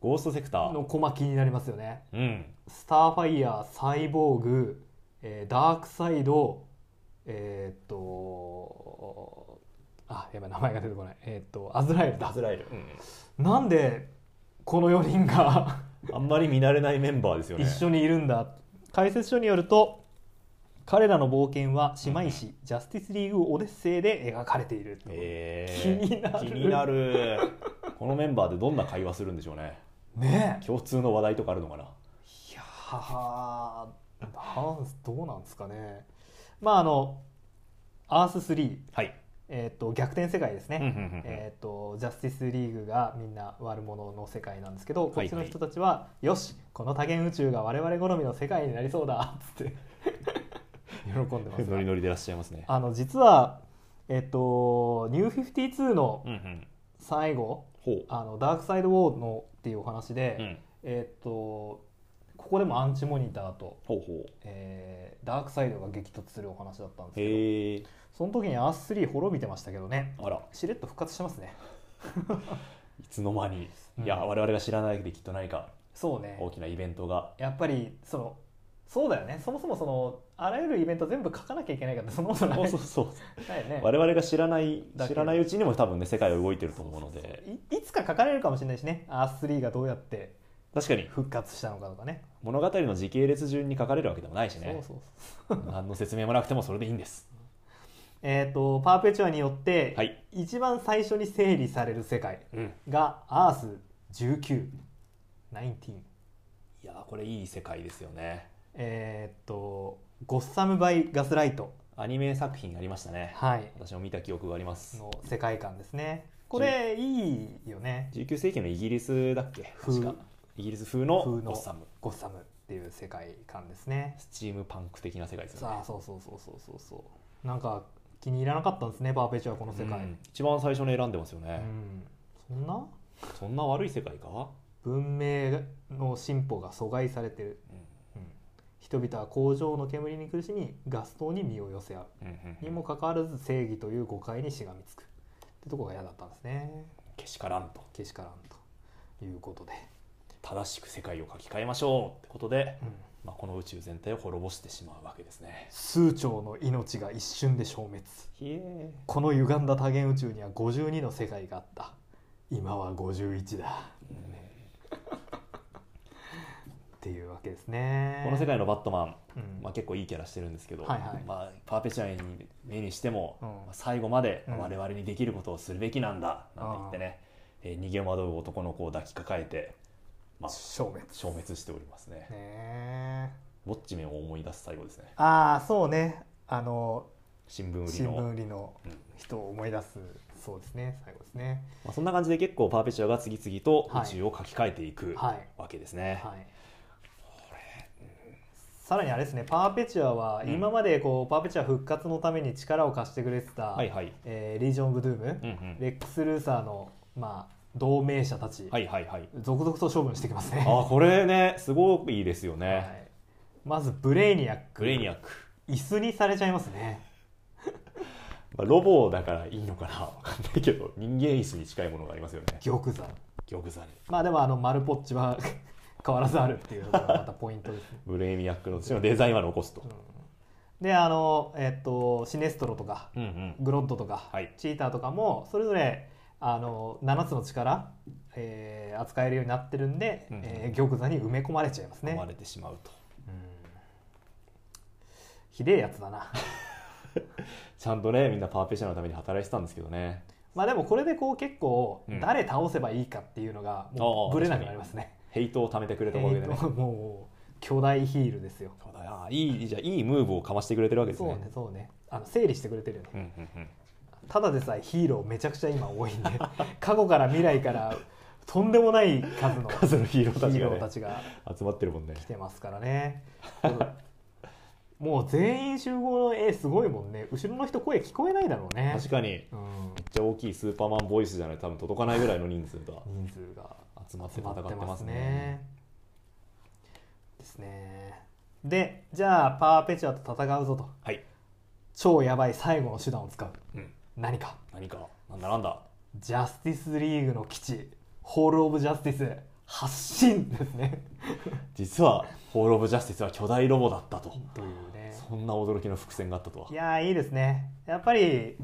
[SPEAKER 2] ゴーストセクタ
[SPEAKER 1] ー
[SPEAKER 2] ー
[SPEAKER 1] のコマ気になりますよね
[SPEAKER 2] うん
[SPEAKER 1] スターファイヤー、サイボーグ、えーダークサイド、えーっと、あ、やばい、名前が出てこない。えーっと、アズラエル
[SPEAKER 2] ア
[SPEAKER 1] だ
[SPEAKER 2] ズ。ラエル、
[SPEAKER 1] なんで、この4人が
[SPEAKER 2] あんまり見慣れないメンバーですよね
[SPEAKER 1] 一緒にいるんだ。解説書によると、彼らの冒険は姉妹誌、ジャスティスリーグオデッセイで描かれている。
[SPEAKER 2] え
[SPEAKER 1] 気になる
[SPEAKER 2] 気になるこのメンバーでどんな会話するんでしょうね
[SPEAKER 1] ねえ。
[SPEAKER 2] 共通の話題とかあるのかない
[SPEAKER 1] やーなんすどうなんですかね。まあ、あの、アース3、
[SPEAKER 2] はい
[SPEAKER 1] えーっと、逆転世界ですね。
[SPEAKER 2] うんうんうんうん
[SPEAKER 1] えー、とジャスティスリーグがみんな悪者の世界なんですけど
[SPEAKER 2] い
[SPEAKER 1] こっちの人たちは、よしこの多元宇宙が我々好みの世界になりそうだっつって 喜んでます
[SPEAKER 2] ノ
[SPEAKER 1] が
[SPEAKER 2] リノリでいらっしゃいますね
[SPEAKER 1] あの実は、えっとニュー52の
[SPEAKER 2] うんうん
[SPEAKER 1] 最後、
[SPEAKER 2] ほう
[SPEAKER 1] あのダークサイドウォーのっていうお話で、
[SPEAKER 2] うん
[SPEAKER 1] えっとここでもアンチモニターと、
[SPEAKER 2] ほうほう
[SPEAKER 1] えーダークサイドが激突するお話だったんですけど
[SPEAKER 2] へえ
[SPEAKER 1] その時にアース3滅びてましたけどね
[SPEAKER 2] あら
[SPEAKER 1] しれっと復活してますね
[SPEAKER 2] いつの間に、
[SPEAKER 1] うん
[SPEAKER 2] いや我々が知らないだけできっと何か
[SPEAKER 1] そうね
[SPEAKER 2] 大きなイベントが
[SPEAKER 1] やっぱりそのそうだよねそもそもそのあらゆるイベント全部書かなきゃいけないからそんなことない
[SPEAKER 2] そうそうそう
[SPEAKER 1] ないよね
[SPEAKER 2] 我々が知らない
[SPEAKER 1] だけ
[SPEAKER 2] 知らないうちにも多分ね世界は動いてると思うので
[SPEAKER 1] いいつか書かれるかもしれないしねアース3がどうやって
[SPEAKER 2] 確かに
[SPEAKER 1] 復活したのかとかね
[SPEAKER 2] 物語の時系列順に書かれるわけでもないしね
[SPEAKER 1] そうそうそう
[SPEAKER 2] 何の説明もなくてもそれでいいんです
[SPEAKER 1] えっ、とパーペチュアによって、
[SPEAKER 2] はい
[SPEAKER 1] 一番最初に整理される世界
[SPEAKER 2] うん
[SPEAKER 1] がアース1919
[SPEAKER 2] いやーこれいい世界ですよね
[SPEAKER 1] えっ、と「ゴッサム・バイ・ガスライト
[SPEAKER 2] アニメ作品ありました」ね
[SPEAKER 1] はい
[SPEAKER 2] 私も見た記憶があります
[SPEAKER 1] の世界観ですねこれいいよね
[SPEAKER 2] 19世紀のイギリスだっけ
[SPEAKER 1] 風
[SPEAKER 2] 確かイギリス風の
[SPEAKER 1] 風の
[SPEAKER 2] ゴッサム
[SPEAKER 1] ゴッサムっていう世界観ですね
[SPEAKER 2] スチームパンク的な世界ですよね
[SPEAKER 1] さあそうそうそうそうそうそうなんか気に入らなかったんですねパーペチュアこの世界、
[SPEAKER 2] うん一番最初に選んでますよ
[SPEAKER 1] う
[SPEAKER 2] ね、
[SPEAKER 1] んそんな
[SPEAKER 2] そんな悪い世界か、
[SPEAKER 1] 文明の進歩が阻害されてる、うん人々は工場の煙に苦しみガス灯に身を寄せ合う
[SPEAKER 2] うんうんうん
[SPEAKER 1] にもかかわらず正義という誤解にしがみつくってとこが嫌だったんですね
[SPEAKER 2] けしからんと
[SPEAKER 1] けしからんということで、
[SPEAKER 2] 正しく世界を書き換えましょうってことで、
[SPEAKER 1] うん
[SPEAKER 2] まあ、この宇宙全体を滅ぼしてしまうわけですね
[SPEAKER 1] 数兆の命が一瞬で消滅
[SPEAKER 2] ひえ
[SPEAKER 1] この歪んだ多元宇宙には52の世界があった今は51だ、っていうわけですね
[SPEAKER 2] この世界のバットマン、
[SPEAKER 1] うん
[SPEAKER 2] まあ、結構いいキャラしてるんですけど、
[SPEAKER 1] はいはい
[SPEAKER 2] まあ、パーペチュアに目にしても、
[SPEAKER 1] うん
[SPEAKER 2] まあ最後まで
[SPEAKER 1] うん
[SPEAKER 2] 我々にできることをするべきなんだ、なんて言ってね、えー逃げ惑う男の子を抱きかかえて、まあ、
[SPEAKER 1] 消滅
[SPEAKER 2] 消滅しておりますね
[SPEAKER 1] ねえ
[SPEAKER 2] ウォッチメンを思い出す最後ですね
[SPEAKER 1] ああそうねあの
[SPEAKER 2] 新聞売り
[SPEAKER 1] 新
[SPEAKER 2] の
[SPEAKER 1] 聞売りの
[SPEAKER 2] うん
[SPEAKER 1] 人を思い出すそうですね最後ですね
[SPEAKER 2] まあ、そんな感じで結構パーペチュアが次々と
[SPEAKER 1] はい
[SPEAKER 2] 宇宙を書き換えていく
[SPEAKER 1] はい
[SPEAKER 2] わけですね、
[SPEAKER 1] はいさらにあれですねパーペチュアは今までこう、パーペチュア復活のために力を貸してくれてた、
[SPEAKER 2] はいはい
[SPEAKER 1] えーリージョン・オブ・ドゥーム、
[SPEAKER 2] うんうん
[SPEAKER 1] レックス・ルーサーの、まあ、同盟者たち、
[SPEAKER 2] はいはいはい
[SPEAKER 1] 続々と処分してきますね
[SPEAKER 2] あーこれねすごくいいですよね、
[SPEAKER 1] はいまずブレイニアック
[SPEAKER 2] グレイニアック、
[SPEAKER 1] 椅子にされちゃいますね
[SPEAKER 2] まあ、ロボだからいいのかなわかんないけど人間椅子に近いものがありますよね
[SPEAKER 1] 玉座
[SPEAKER 2] 玉座に
[SPEAKER 1] まあでもあの丸ポッチは 変わらずあるっていうのがまたポイントですね
[SPEAKER 2] グレイニアックのうちのデザインは残すと、
[SPEAKER 1] であの、えっと、シネストロとか
[SPEAKER 2] うんうん
[SPEAKER 1] グロッドとか、
[SPEAKER 2] はい
[SPEAKER 1] チーターとかもそれぞれあの7つの力、えー扱えるようになってるんで、
[SPEAKER 2] うん
[SPEAKER 1] えー玉座に埋め込まれちゃいますね
[SPEAKER 2] 生まれてしまうと
[SPEAKER 1] ひでえやつだな
[SPEAKER 2] ちゃんとねみんなパーペチュアのために働いてたんですけどね
[SPEAKER 1] まあでもこれでこう結構
[SPEAKER 2] うん
[SPEAKER 1] 誰倒せばいいかっていうのがも
[SPEAKER 2] ああ
[SPEAKER 1] うぶれなくなりますね、
[SPEAKER 2] ヘイトを貯めてくれたおかげでね
[SPEAKER 1] えーともう巨大ヒールですよ
[SPEAKER 2] そうだあーいいじゃあいいムーブをかましてくれてるわけです
[SPEAKER 1] そう
[SPEAKER 2] ね
[SPEAKER 1] ねそうねあの整理してくれてるよね
[SPEAKER 2] うんうんうん
[SPEAKER 1] ただでさえヒーローめちゃくちゃ今多いんで過去から未来からとんでもない数の
[SPEAKER 2] 数のヒーローた
[SPEAKER 1] ヒ
[SPEAKER 2] ち
[SPEAKER 1] ー
[SPEAKER 2] が
[SPEAKER 1] ロー
[SPEAKER 2] ね
[SPEAKER 1] たちが
[SPEAKER 2] 集まってるもんね
[SPEAKER 1] 来てますからねもう全員集合の絵すごいもんね後ろの人声聞こえないだろうね
[SPEAKER 2] 確かにめっ
[SPEAKER 1] うん、
[SPEAKER 2] ちゃ大きいスーパーマンボイスじゃないと多分届かないぐらいの人数が
[SPEAKER 1] 人数が
[SPEAKER 2] 集まって
[SPEAKER 1] 集
[SPEAKER 2] 戦
[SPEAKER 1] ま
[SPEAKER 2] っ
[SPEAKER 1] っててま
[SPEAKER 2] ますす
[SPEAKER 1] ね
[SPEAKER 2] ね。
[SPEAKER 1] ですね。でじゃあパーペチュアと戦うぞと
[SPEAKER 2] はい、
[SPEAKER 1] 超やばい最後の手段を使う
[SPEAKER 2] うん、
[SPEAKER 1] 何か
[SPEAKER 2] 何かなんだなんだ
[SPEAKER 1] ジャスティスリーグの基地ホール・オブ・ジャスティス発進ですね
[SPEAKER 2] 実はホール・オブ・ジャスティスは巨大ロボだったと
[SPEAKER 1] というね
[SPEAKER 2] そんな驚きの伏線があったとはい
[SPEAKER 1] やーいいですねやっぱり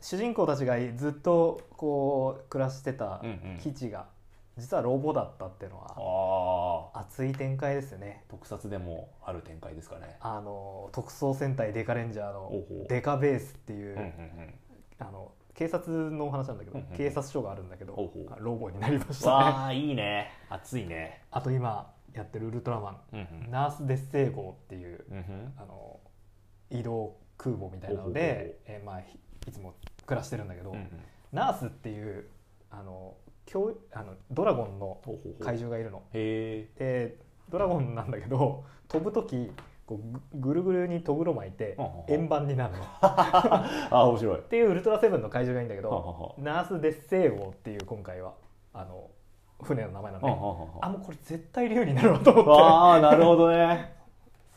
[SPEAKER 1] 主人公たちがずっとこう暮らしてた
[SPEAKER 2] うんうん
[SPEAKER 1] 基地が実はロボだったっていうのは
[SPEAKER 2] ああ
[SPEAKER 1] 熱い展開ですよね
[SPEAKER 2] 特撮でもある展開ですかね
[SPEAKER 1] あの特捜戦隊デカレンジャーの
[SPEAKER 2] おうおう
[SPEAKER 1] デカベースっていう、
[SPEAKER 2] うんうんうん
[SPEAKER 1] あの警察のお話なんだけど、
[SPEAKER 2] うんうんうん
[SPEAKER 1] 警察署があるんだけど、
[SPEAKER 2] おうおう
[SPEAKER 1] ロボになりましたね
[SPEAKER 2] わあいいね熱いね
[SPEAKER 1] あと今やってるウルトラマン、
[SPEAKER 2] うん
[SPEAKER 1] ナース・デッセイ号っていう、
[SPEAKER 2] うんうん
[SPEAKER 1] あの移動空母みたいなので、えーまあ、ひいつも暮らしてるんだけど、
[SPEAKER 2] うんうん
[SPEAKER 1] ナースっていうあの教あのドラゴンの
[SPEAKER 2] ほうほうほう
[SPEAKER 1] 怪獣がいるの。
[SPEAKER 2] へ
[SPEAKER 1] でドラゴンなんだけど飛ぶ時こうぐぐるぐるにとぐろ巻いて
[SPEAKER 2] うんうんうん
[SPEAKER 1] 円盤になるの。
[SPEAKER 2] えあ面白い
[SPEAKER 1] っていうウルトラセブンの怪獣がいいんだけ
[SPEAKER 2] はは
[SPEAKER 1] ど
[SPEAKER 2] は
[SPEAKER 1] ナース・デッセイ号っていう今回はあの船の名前なんで、
[SPEAKER 2] ははは
[SPEAKER 1] あもうこれ絶対竜になるわと思っ
[SPEAKER 2] ああなるほどね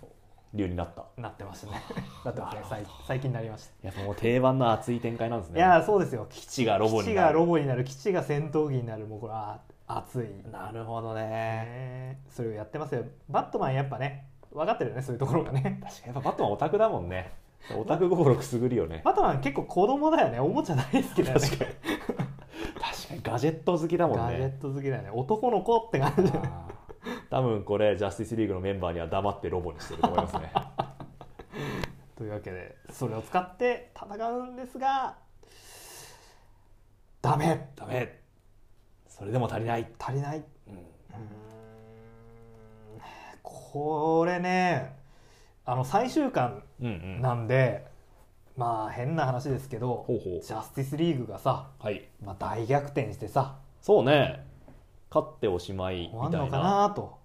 [SPEAKER 1] そ
[SPEAKER 2] 竜になった
[SPEAKER 1] て なってましたねなってますね最最近になりました、
[SPEAKER 2] やっぱもう定番の熱い展開なんですね
[SPEAKER 1] いやーそうですよ基
[SPEAKER 2] 基地がロボ
[SPEAKER 1] 地
[SPEAKER 2] にな
[SPEAKER 1] が
[SPEAKER 2] る
[SPEAKER 1] ロボになる基地が戦闘機になるもうこれはあ熱い
[SPEAKER 2] なるほどね
[SPEAKER 1] ねそれをやってますよバットマンやっぱね分かってるよねそういうところがね確か
[SPEAKER 2] やっぱバットマンオタクだもんねオタク心くすぐるよね
[SPEAKER 1] にバトマン結構子供だよねおもちゃ大好きだよね
[SPEAKER 2] 確かに確かにガジェット好きだもん
[SPEAKER 1] ガジェ
[SPEAKER 2] ね
[SPEAKER 1] ット好きだよね男の子って感じ
[SPEAKER 2] あー多分これジャスティスリーグのメンバーには黙ってロボにしてると思いますね
[SPEAKER 1] というわけでそれを使って戦うんですがダメ
[SPEAKER 2] ダメそれでも足りない、
[SPEAKER 1] 足りない
[SPEAKER 2] うん
[SPEAKER 1] うーんこれねあの最終巻
[SPEAKER 2] うんうん
[SPEAKER 1] なんで、まあ変な話ですけど
[SPEAKER 2] ほうほ
[SPEAKER 1] ジャスティスリーグがさ、
[SPEAKER 2] うはい
[SPEAKER 1] まあ、大逆転してさ
[SPEAKER 2] そうね勝っておしまいみ
[SPEAKER 1] 終わん
[SPEAKER 2] た
[SPEAKER 1] の
[SPEAKER 2] い
[SPEAKER 1] か
[SPEAKER 2] な
[SPEAKER 1] なと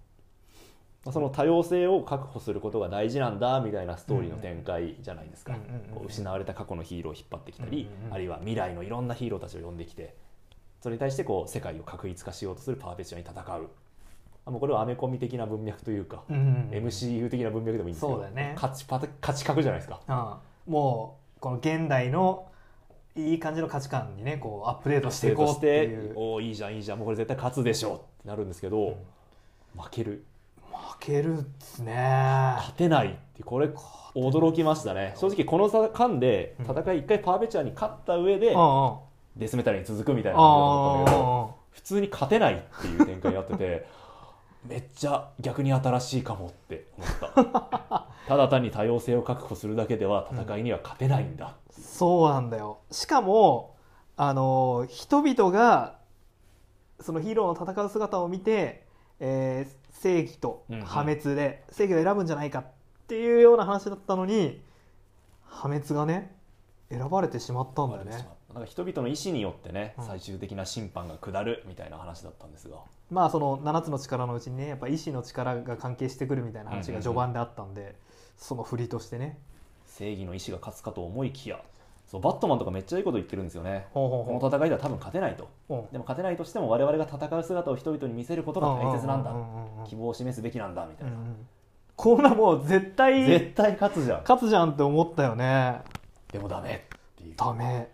[SPEAKER 2] まあその多様性を確保することが大事なんだみたいなストーリーの展開じゃないですか、
[SPEAKER 1] うんうんうんうん
[SPEAKER 2] こう失われた過去のヒーローを引っ張ってきた
[SPEAKER 1] う
[SPEAKER 2] り、
[SPEAKER 1] んうんうん
[SPEAKER 2] あるいは未来のいろんなヒーローたちを呼んできてそれに対してこう世界を確一化しようとするパーペチュアに戦うあもうこれはアメコミ的な文脈というか、
[SPEAKER 1] うん
[SPEAKER 2] MCU 的な文脈でもいいんですけ
[SPEAKER 1] そう
[SPEAKER 2] ど
[SPEAKER 1] だね
[SPEAKER 2] 勝ちパタ勝ち格じゃないですか
[SPEAKER 1] うんもうこの現代のいい感じの価値観にねこうアップデートしていこうっていう負
[SPEAKER 2] おおーいいじゃんいいじゃんもうこれ絶対勝つでしょうってなるんですけど、負ける
[SPEAKER 1] けるっすね
[SPEAKER 2] 勝てないってこれ驚きましたね正直この間で
[SPEAKER 1] うん
[SPEAKER 2] 戦い一回パーベチャーに勝った上で、
[SPEAKER 1] うんうん
[SPEAKER 2] デスメタルに続くみたいな感じだと思ったんだけど
[SPEAKER 1] あ
[SPEAKER 2] 普通に勝てないっていう展開になってて めっちゃ逆に新しいかもって思った ただ単に多様性を確保するだけでは戦いには勝てないんだ、
[SPEAKER 1] ーそうなんだよしかもあのー人々がそのヒーローの戦う姿を見て、えー正義と
[SPEAKER 2] うんうん
[SPEAKER 1] 破滅で正義を選ぶんじゃないかっていうような話だったのに破滅がね選ばれてしまったんだよね
[SPEAKER 2] なんか人々の意思によってね、
[SPEAKER 1] うん
[SPEAKER 2] 最終的な審判が下るみたいな話だったんですが
[SPEAKER 1] まあその7つの力のうちにねやっぱ意志の力が関係してくるみたいな話が序盤であったんで、その振りとしてね
[SPEAKER 2] 正義の意思が勝つかと思いきやそうバットマンとかめっちゃいいこと言ってるんですよね
[SPEAKER 1] ほうほう
[SPEAKER 2] この戦いでは多分勝てないと
[SPEAKER 1] ほう
[SPEAKER 2] でも勝てないとしても我々が戦う姿を人々に見せることが大切なんだ
[SPEAKER 1] うううんうん
[SPEAKER 2] 希望を示すべきなんだみた
[SPEAKER 1] う
[SPEAKER 2] い
[SPEAKER 1] んう
[SPEAKER 2] な、
[SPEAKER 1] んこんなもう絶
[SPEAKER 2] 絶
[SPEAKER 1] 対
[SPEAKER 2] 対勝つじゃん
[SPEAKER 1] 勝つじゃんって思ったよね
[SPEAKER 2] でもダメっていう
[SPEAKER 1] ダメ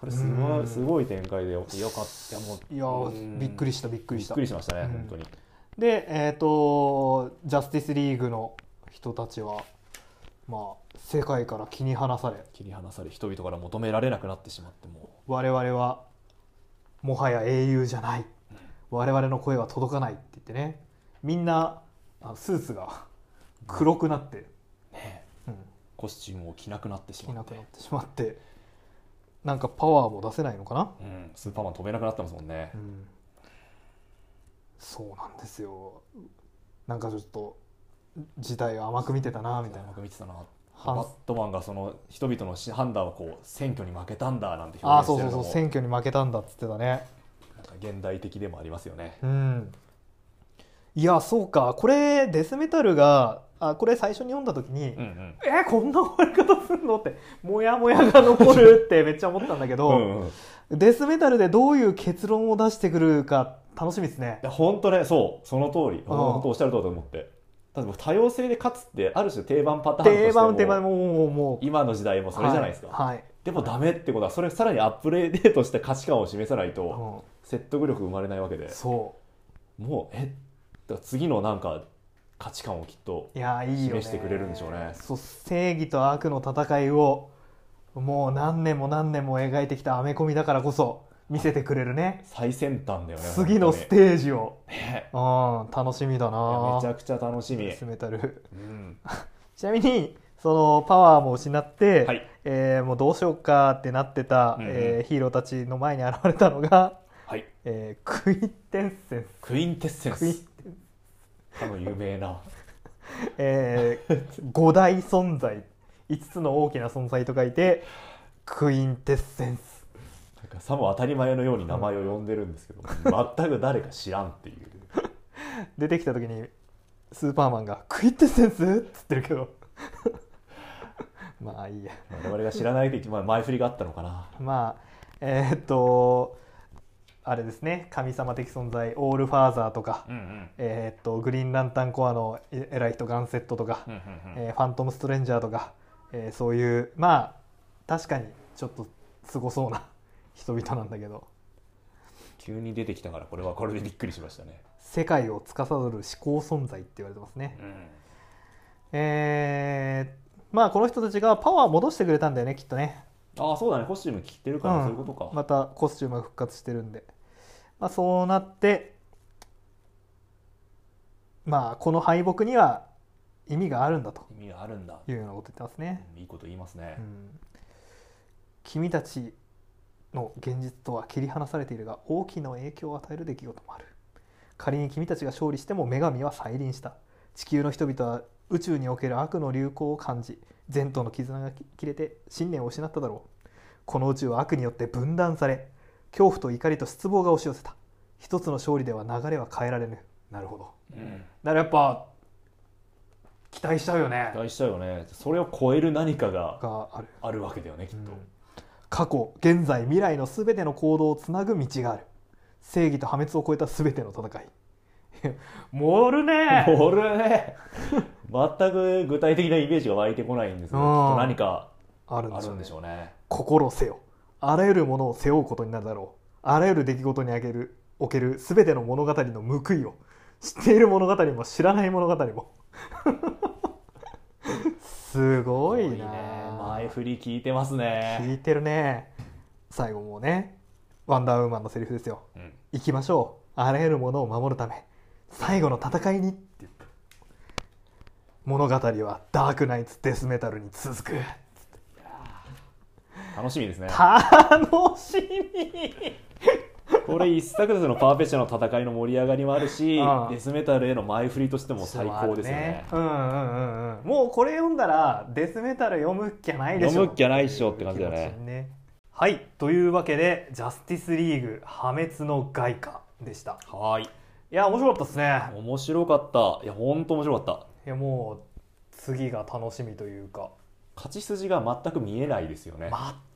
[SPEAKER 2] これすご
[SPEAKER 1] うん
[SPEAKER 2] いすごい展開でよよかったいやもう
[SPEAKER 1] いやーびっくり
[SPEAKER 2] し
[SPEAKER 1] したびっく
[SPEAKER 2] び
[SPEAKER 1] り
[SPEAKER 2] っ
[SPEAKER 1] した
[SPEAKER 2] くりしましたね、
[SPEAKER 1] うん
[SPEAKER 2] 本当に
[SPEAKER 1] でえっ、とジャスティスリーグの人たちはまあ世界から気に離され
[SPEAKER 2] 切り離され人々から求められなくなってしまっても
[SPEAKER 1] 我々はもはや英雄じゃない我々の声は届かないって言ってねみんなあのスーツが黒くなって、
[SPEAKER 2] うね
[SPEAKER 1] うん、
[SPEAKER 2] コスチュームを着なくなってし
[SPEAKER 1] 着
[SPEAKER 2] ま
[SPEAKER 1] な
[SPEAKER 2] っ
[SPEAKER 1] く
[SPEAKER 2] て
[SPEAKER 1] なってしまってなんかパワーも出せないのかな、
[SPEAKER 2] うん、スーパーマン飛べなくなってますもんね
[SPEAKER 1] う、ん、そうなんですよなんかちょっと事態を甘く見てたなみたいな
[SPEAKER 2] 僕見てたな
[SPEAKER 1] 反
[SPEAKER 2] バットマンがその人々の判断をこう選挙に負けたんだなんて
[SPEAKER 1] ああそ
[SPEAKER 2] 表現し
[SPEAKER 1] うそ
[SPEAKER 2] てる
[SPEAKER 1] う
[SPEAKER 2] の
[SPEAKER 1] そ
[SPEAKER 2] も
[SPEAKER 1] う選挙に負けたんだっつってたね
[SPEAKER 2] なんか現代的でもありますよね
[SPEAKER 1] うん、いやそうかこれデスメタルがあこれ最初に読んだ時に、
[SPEAKER 2] うんうん
[SPEAKER 1] えこんな終わり方するのってモヤモヤが残るって めっちゃ思ったんだけ
[SPEAKER 2] う
[SPEAKER 1] ど、
[SPEAKER 2] んうん、い
[SPEAKER 1] デスメタルでどういう結論を出してくるか楽しみですね。
[SPEAKER 2] や本当ねそうその通り本当おっしゃる通りだと思って多分多様性で勝つってある種定番パターンとして
[SPEAKER 1] 定番定番
[SPEAKER 2] も
[SPEAKER 1] もうもうもう
[SPEAKER 2] 今の時代もそれじゃないですか、
[SPEAKER 1] はい、はい
[SPEAKER 2] でもダメってことはそれをさらにアップデートした価値観を示さないと
[SPEAKER 1] う
[SPEAKER 2] 説得力生まれないわけで
[SPEAKER 1] ん、そ
[SPEAKER 2] もうえだから次のなんか価値観をきっと
[SPEAKER 1] ういやいいよね
[SPEAKER 2] 示してくれるんでしょうね
[SPEAKER 1] そう正義と悪の戦いをもう何年も何年も描いてきたアメコミだからこそ見せてくれるね
[SPEAKER 2] 最先端だよね
[SPEAKER 1] 次の
[SPEAKER 2] 本
[SPEAKER 1] ステージを、
[SPEAKER 2] 当にね
[SPEAKER 1] うん、楽しみだ
[SPEAKER 2] いや
[SPEAKER 1] な
[SPEAKER 2] めちゃくちゃ楽しみ
[SPEAKER 1] デスメタル
[SPEAKER 2] うん
[SPEAKER 1] ちなみにそのパワーも失って、
[SPEAKER 2] はい
[SPEAKER 1] えーもうどうしようかってなってた、
[SPEAKER 2] うんうん
[SPEAKER 1] えーヒーローたちの前に現れたのが、
[SPEAKER 2] はい
[SPEAKER 1] えークインテンセン
[SPEAKER 2] クインテッセン
[SPEAKER 1] スクイン
[SPEAKER 2] ス、かの有名な
[SPEAKER 1] え5大存在5つの大きな存在と書いてクインテッセンス
[SPEAKER 2] なんかさも当たり前のように名前を呼んでるんですけど、全く誰か知らんっていう
[SPEAKER 1] 出てきた時にスーパーマンが「クインテッセンス?」っつってるけど まあいいや
[SPEAKER 2] 我々が知らないでまあ前振りがあったのかな
[SPEAKER 1] まあえーっとあれですね神様的存在オールファーザーとか、
[SPEAKER 2] うんうん
[SPEAKER 1] えーっとグリーンランタンコアのえ偉い人ガンセットとか、
[SPEAKER 2] うんうん
[SPEAKER 1] えーファントム・ストレンジャーとか、えーそういうまあ確かにちょっとすごそうな人々なんだけど
[SPEAKER 2] 急に出てきたからこれはこれでびっくりしましたね
[SPEAKER 1] 世界を司る思考存在って言われてますね。
[SPEAKER 2] うん
[SPEAKER 1] えーまあこの人たちがパワー戻してくれたんだよねきっとね。
[SPEAKER 2] ああそうだねコスチューム着てるから、
[SPEAKER 1] うん
[SPEAKER 2] そういうことか、
[SPEAKER 1] またコスチュームが復活してるんで、まあ、そうなってまあこの敗北には意味があるんだと
[SPEAKER 2] 意味があるんだ、
[SPEAKER 1] いうようなこと言ってますね、
[SPEAKER 2] うんいいこと言いますね
[SPEAKER 1] う、ん君たちの現実とは切り離されているが大きな影響を与える出来事もある仮に君たちが勝利しても女神は再臨した地球の人々は宇宙における悪の流行を感じ善との絆が切れて信念を失っただろうこの宇宙は悪によって分断され恐怖と怒りと失望が押し寄せた一つの勝利では流れは変えられぬなるほど
[SPEAKER 2] う
[SPEAKER 1] だ
[SPEAKER 2] ん
[SPEAKER 1] からやっぱ期待しちゃうよね
[SPEAKER 2] 期待したよねそれを超える何かが
[SPEAKER 1] がある
[SPEAKER 2] あるわけだよねきっと、
[SPEAKER 1] 過去現在未来のすべての行動をつなぐ道がある正義と破滅を超えたすべての戦い盛るね
[SPEAKER 2] これね全く具体的なイメージが湧いてこないんですけ
[SPEAKER 1] う
[SPEAKER 2] どき
[SPEAKER 1] ん
[SPEAKER 2] っと何か
[SPEAKER 1] あるん
[SPEAKER 2] あ
[SPEAKER 1] でし
[SPEAKER 2] る
[SPEAKER 1] ょうん
[SPEAKER 2] で
[SPEAKER 1] ね
[SPEAKER 2] しょうね
[SPEAKER 1] 心をせよあらゆるものを背負うことになるだろうあらゆる出来事にあげるおけるすべての物語の報いを知っている物語も知らない物語も すごい
[SPEAKER 2] ね
[SPEAKER 1] な
[SPEAKER 2] 前振り聞いてますね、
[SPEAKER 1] 聞いてるね最後もねワンダーウーマンのセリフですよ
[SPEAKER 2] うん
[SPEAKER 1] 行きましょうあらゆるものを守るため最後の戦いにって言って物語はダークナイツデスメタルに続く
[SPEAKER 2] 楽しみですね
[SPEAKER 1] 楽しみ
[SPEAKER 2] これ一作ですのパーペチュアの戦いの盛り上がりもあるし、
[SPEAKER 1] うん
[SPEAKER 2] デスメタルへの前振りとしても最高ですよね
[SPEAKER 1] そうあるねうんうんうんうんもうこれ読んだらデスメタル読むっきゃないでしょ
[SPEAKER 2] 読むっきゃないっしょって感じだね
[SPEAKER 1] いう気持ちにはいというわけでジャスティスリーグ破滅の外貨でした
[SPEAKER 2] はーい
[SPEAKER 1] いや面白かったですね
[SPEAKER 2] 面白かったいやほんと面白かった
[SPEAKER 1] いやもう次が楽しみというか
[SPEAKER 2] 勝ち筋が全く見えないですよね、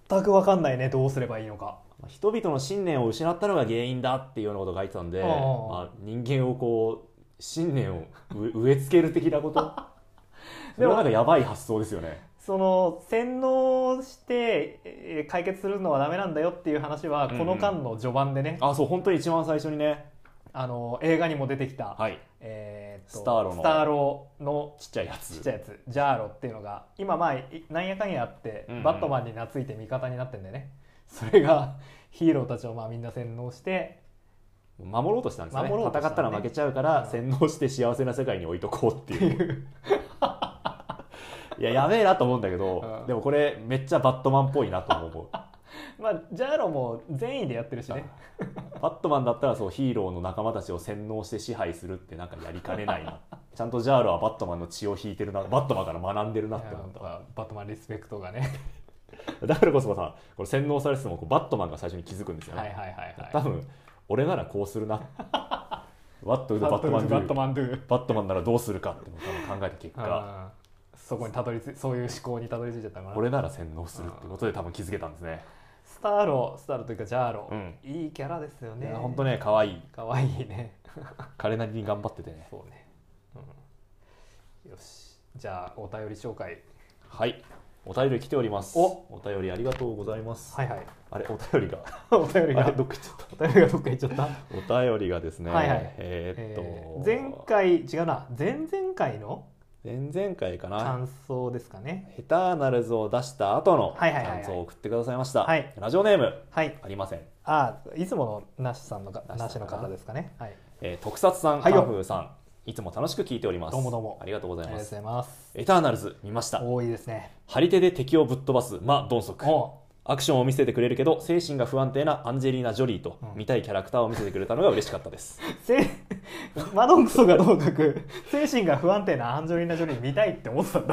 [SPEAKER 1] 全く分かんないねどうすればいいのか
[SPEAKER 2] 人々の信念を失ったのが原因だっていうようなことが書いてたんで、
[SPEAKER 1] ああ
[SPEAKER 2] まあ、人間をこう信念を植植え付ける的な ことそ
[SPEAKER 1] で
[SPEAKER 2] れ
[SPEAKER 1] も
[SPEAKER 2] はなんかやばい発想ですよね
[SPEAKER 1] その洗脳してえー解決するのはダメなんだよっていう話は
[SPEAKER 2] うんうん
[SPEAKER 1] この間の序盤でね、
[SPEAKER 2] あそう本当に一番最初にね
[SPEAKER 1] あの映画にも出てきた、
[SPEAKER 2] はい
[SPEAKER 1] えーっと
[SPEAKER 2] スターロの
[SPEAKER 1] スターロの
[SPEAKER 2] ちっちゃいやつ
[SPEAKER 1] ちっちゃいやつジャーロっていうのが今まあいなんやかんやあって、
[SPEAKER 2] うんうん
[SPEAKER 1] バットマンに懐いて味方になってんだよねそれが ヒーローたちをまあみんな洗脳して
[SPEAKER 2] 守ろうとしたんですよね
[SPEAKER 1] 守ろうとした
[SPEAKER 2] 戦
[SPEAKER 1] ね
[SPEAKER 2] ったら負けちゃうから、
[SPEAKER 1] うん
[SPEAKER 2] 洗脳して幸せな世界に置いとこうっていう いややべえなと思うんだけど、
[SPEAKER 1] うん
[SPEAKER 2] でもこれめっちゃバットマンっぽいなと思う
[SPEAKER 1] まあジャーロも善意でやってるしね
[SPEAKER 2] バットマンだったらそうヒーローの仲間たちを洗脳して支配するってなんかやりかねな いなちゃんとジャーロはバットマンの血を引いてるなバットマンから学んでるなって
[SPEAKER 1] や
[SPEAKER 2] 思っ
[SPEAKER 1] っぱバットマンリスペクトがね
[SPEAKER 2] ただからこそさこれ洗脳されててもこうバットマンが最初に気づくんですよね、
[SPEAKER 1] はいはいはい
[SPEAKER 2] 多
[SPEAKER 1] はい
[SPEAKER 2] 分俺ならこうするな What do the
[SPEAKER 1] バ
[SPEAKER 2] Batman
[SPEAKER 1] ットマンバットマン
[SPEAKER 2] do?
[SPEAKER 1] ドゥ
[SPEAKER 2] バットマンならどうするかっていうのを多分考えた結果
[SPEAKER 1] あーそこにたどり着いそういう思考にたどり着いちゃったのかな
[SPEAKER 2] 俺なら洗脳するってことで多分気づけたんですね。
[SPEAKER 1] スターロスターロというかジャーロ、
[SPEAKER 2] うん
[SPEAKER 1] いいキャラですよ
[SPEAKER 2] い
[SPEAKER 1] ね
[SPEAKER 2] や本当ね可愛い
[SPEAKER 1] かわいいね
[SPEAKER 2] 彼なりに頑張っててね。
[SPEAKER 1] そうね、うん、よしじゃあお便り紹介
[SPEAKER 2] はい。お便り来ております。
[SPEAKER 1] お
[SPEAKER 2] お便りありがとうございます。
[SPEAKER 1] はいはい
[SPEAKER 2] あれお便りが
[SPEAKER 1] お便り
[SPEAKER 2] あ
[SPEAKER 1] が
[SPEAKER 2] れどっか行っちゃっ
[SPEAKER 1] お便りがどっか行っちゃった、
[SPEAKER 2] た。お便りがですね。
[SPEAKER 1] はいはい
[SPEAKER 2] え
[SPEAKER 1] え
[SPEAKER 2] ーっと、
[SPEAKER 1] ー前回違うな前々回の
[SPEAKER 2] 前々回かな。
[SPEAKER 1] 感想ですかね
[SPEAKER 2] ヘターナルズを出した後の
[SPEAKER 1] はいはいはいはい
[SPEAKER 2] 感想を送ってくださいました。
[SPEAKER 1] はい
[SPEAKER 2] ラジオネーム
[SPEAKER 1] はい
[SPEAKER 2] ありません。
[SPEAKER 1] ああいつものなしさんのか
[SPEAKER 2] なしさんかな
[SPEAKER 1] なしの方ですかねはい
[SPEAKER 2] えー特撮さん、
[SPEAKER 1] は
[SPEAKER 2] カ
[SPEAKER 1] いよ
[SPEAKER 2] ンフーさん、いつも楽しく聞いております。
[SPEAKER 1] どうもどうも
[SPEAKER 2] ありがとうご
[SPEAKER 1] あ
[SPEAKER 2] ざ
[SPEAKER 1] り
[SPEAKER 2] い
[SPEAKER 1] がとう
[SPEAKER 2] ま
[SPEAKER 1] ございま
[SPEAKER 2] す。
[SPEAKER 1] す
[SPEAKER 2] エターナルズ見ました。
[SPEAKER 1] 多いですね
[SPEAKER 2] 張り手で敵をぶっ飛ばすマ・ドンソク。
[SPEAKER 1] お
[SPEAKER 2] アクションを見せてくれるけど精神が不安定なアンジェリーナ・ジョリーと
[SPEAKER 1] うん
[SPEAKER 2] 見たいキャラクターを見せてくれたのが嬉しかった です、
[SPEAKER 1] せマドンクソがともかく精神が不安定なアンジョリーナ・ジョリー見たいって思ってたん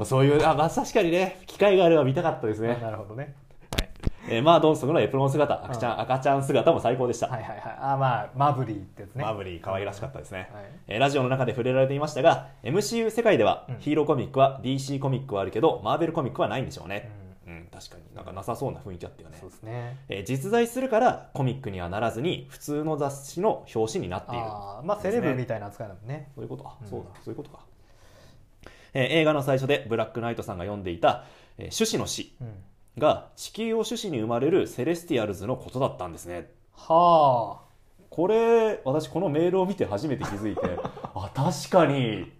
[SPEAKER 1] だ、
[SPEAKER 2] そういうあ、まあ、確かにね機会があれば見たかったですね、
[SPEAKER 1] なるほどね
[SPEAKER 2] えーまあドンソクのエプロン姿赤ちゃん、赤ちゃん姿も最高でした、
[SPEAKER 1] はいはいはいあまあマブリーってやつね
[SPEAKER 2] マブリー可愛らしかったですね、
[SPEAKER 1] はい
[SPEAKER 2] えーラジオの中で触れられていましたが MCU 世界では
[SPEAKER 1] うん
[SPEAKER 2] ヒーローコミックは DC コミックはあるけどマーベルコミックはないんでしょうね、
[SPEAKER 1] う
[SPEAKER 2] うん確かになんかなさそうな雰囲気あったよね
[SPEAKER 1] ん、そうですね
[SPEAKER 2] えー実在するからコミックにはならずに普通の雑誌の表紙になっている
[SPEAKER 1] ああまあセレブみたいな扱いだもんね
[SPEAKER 2] そういうことあ、
[SPEAKER 1] うん
[SPEAKER 2] そうだそういうことか、えー映画の最初でブラックナイトさんが読んでいた「えー種子の死
[SPEAKER 1] うん」
[SPEAKER 2] が地球を種子に生まれるセレスティアルズのことだったんですね
[SPEAKER 1] はあ
[SPEAKER 2] これ私このメールを見て初めて気づいてあ確かに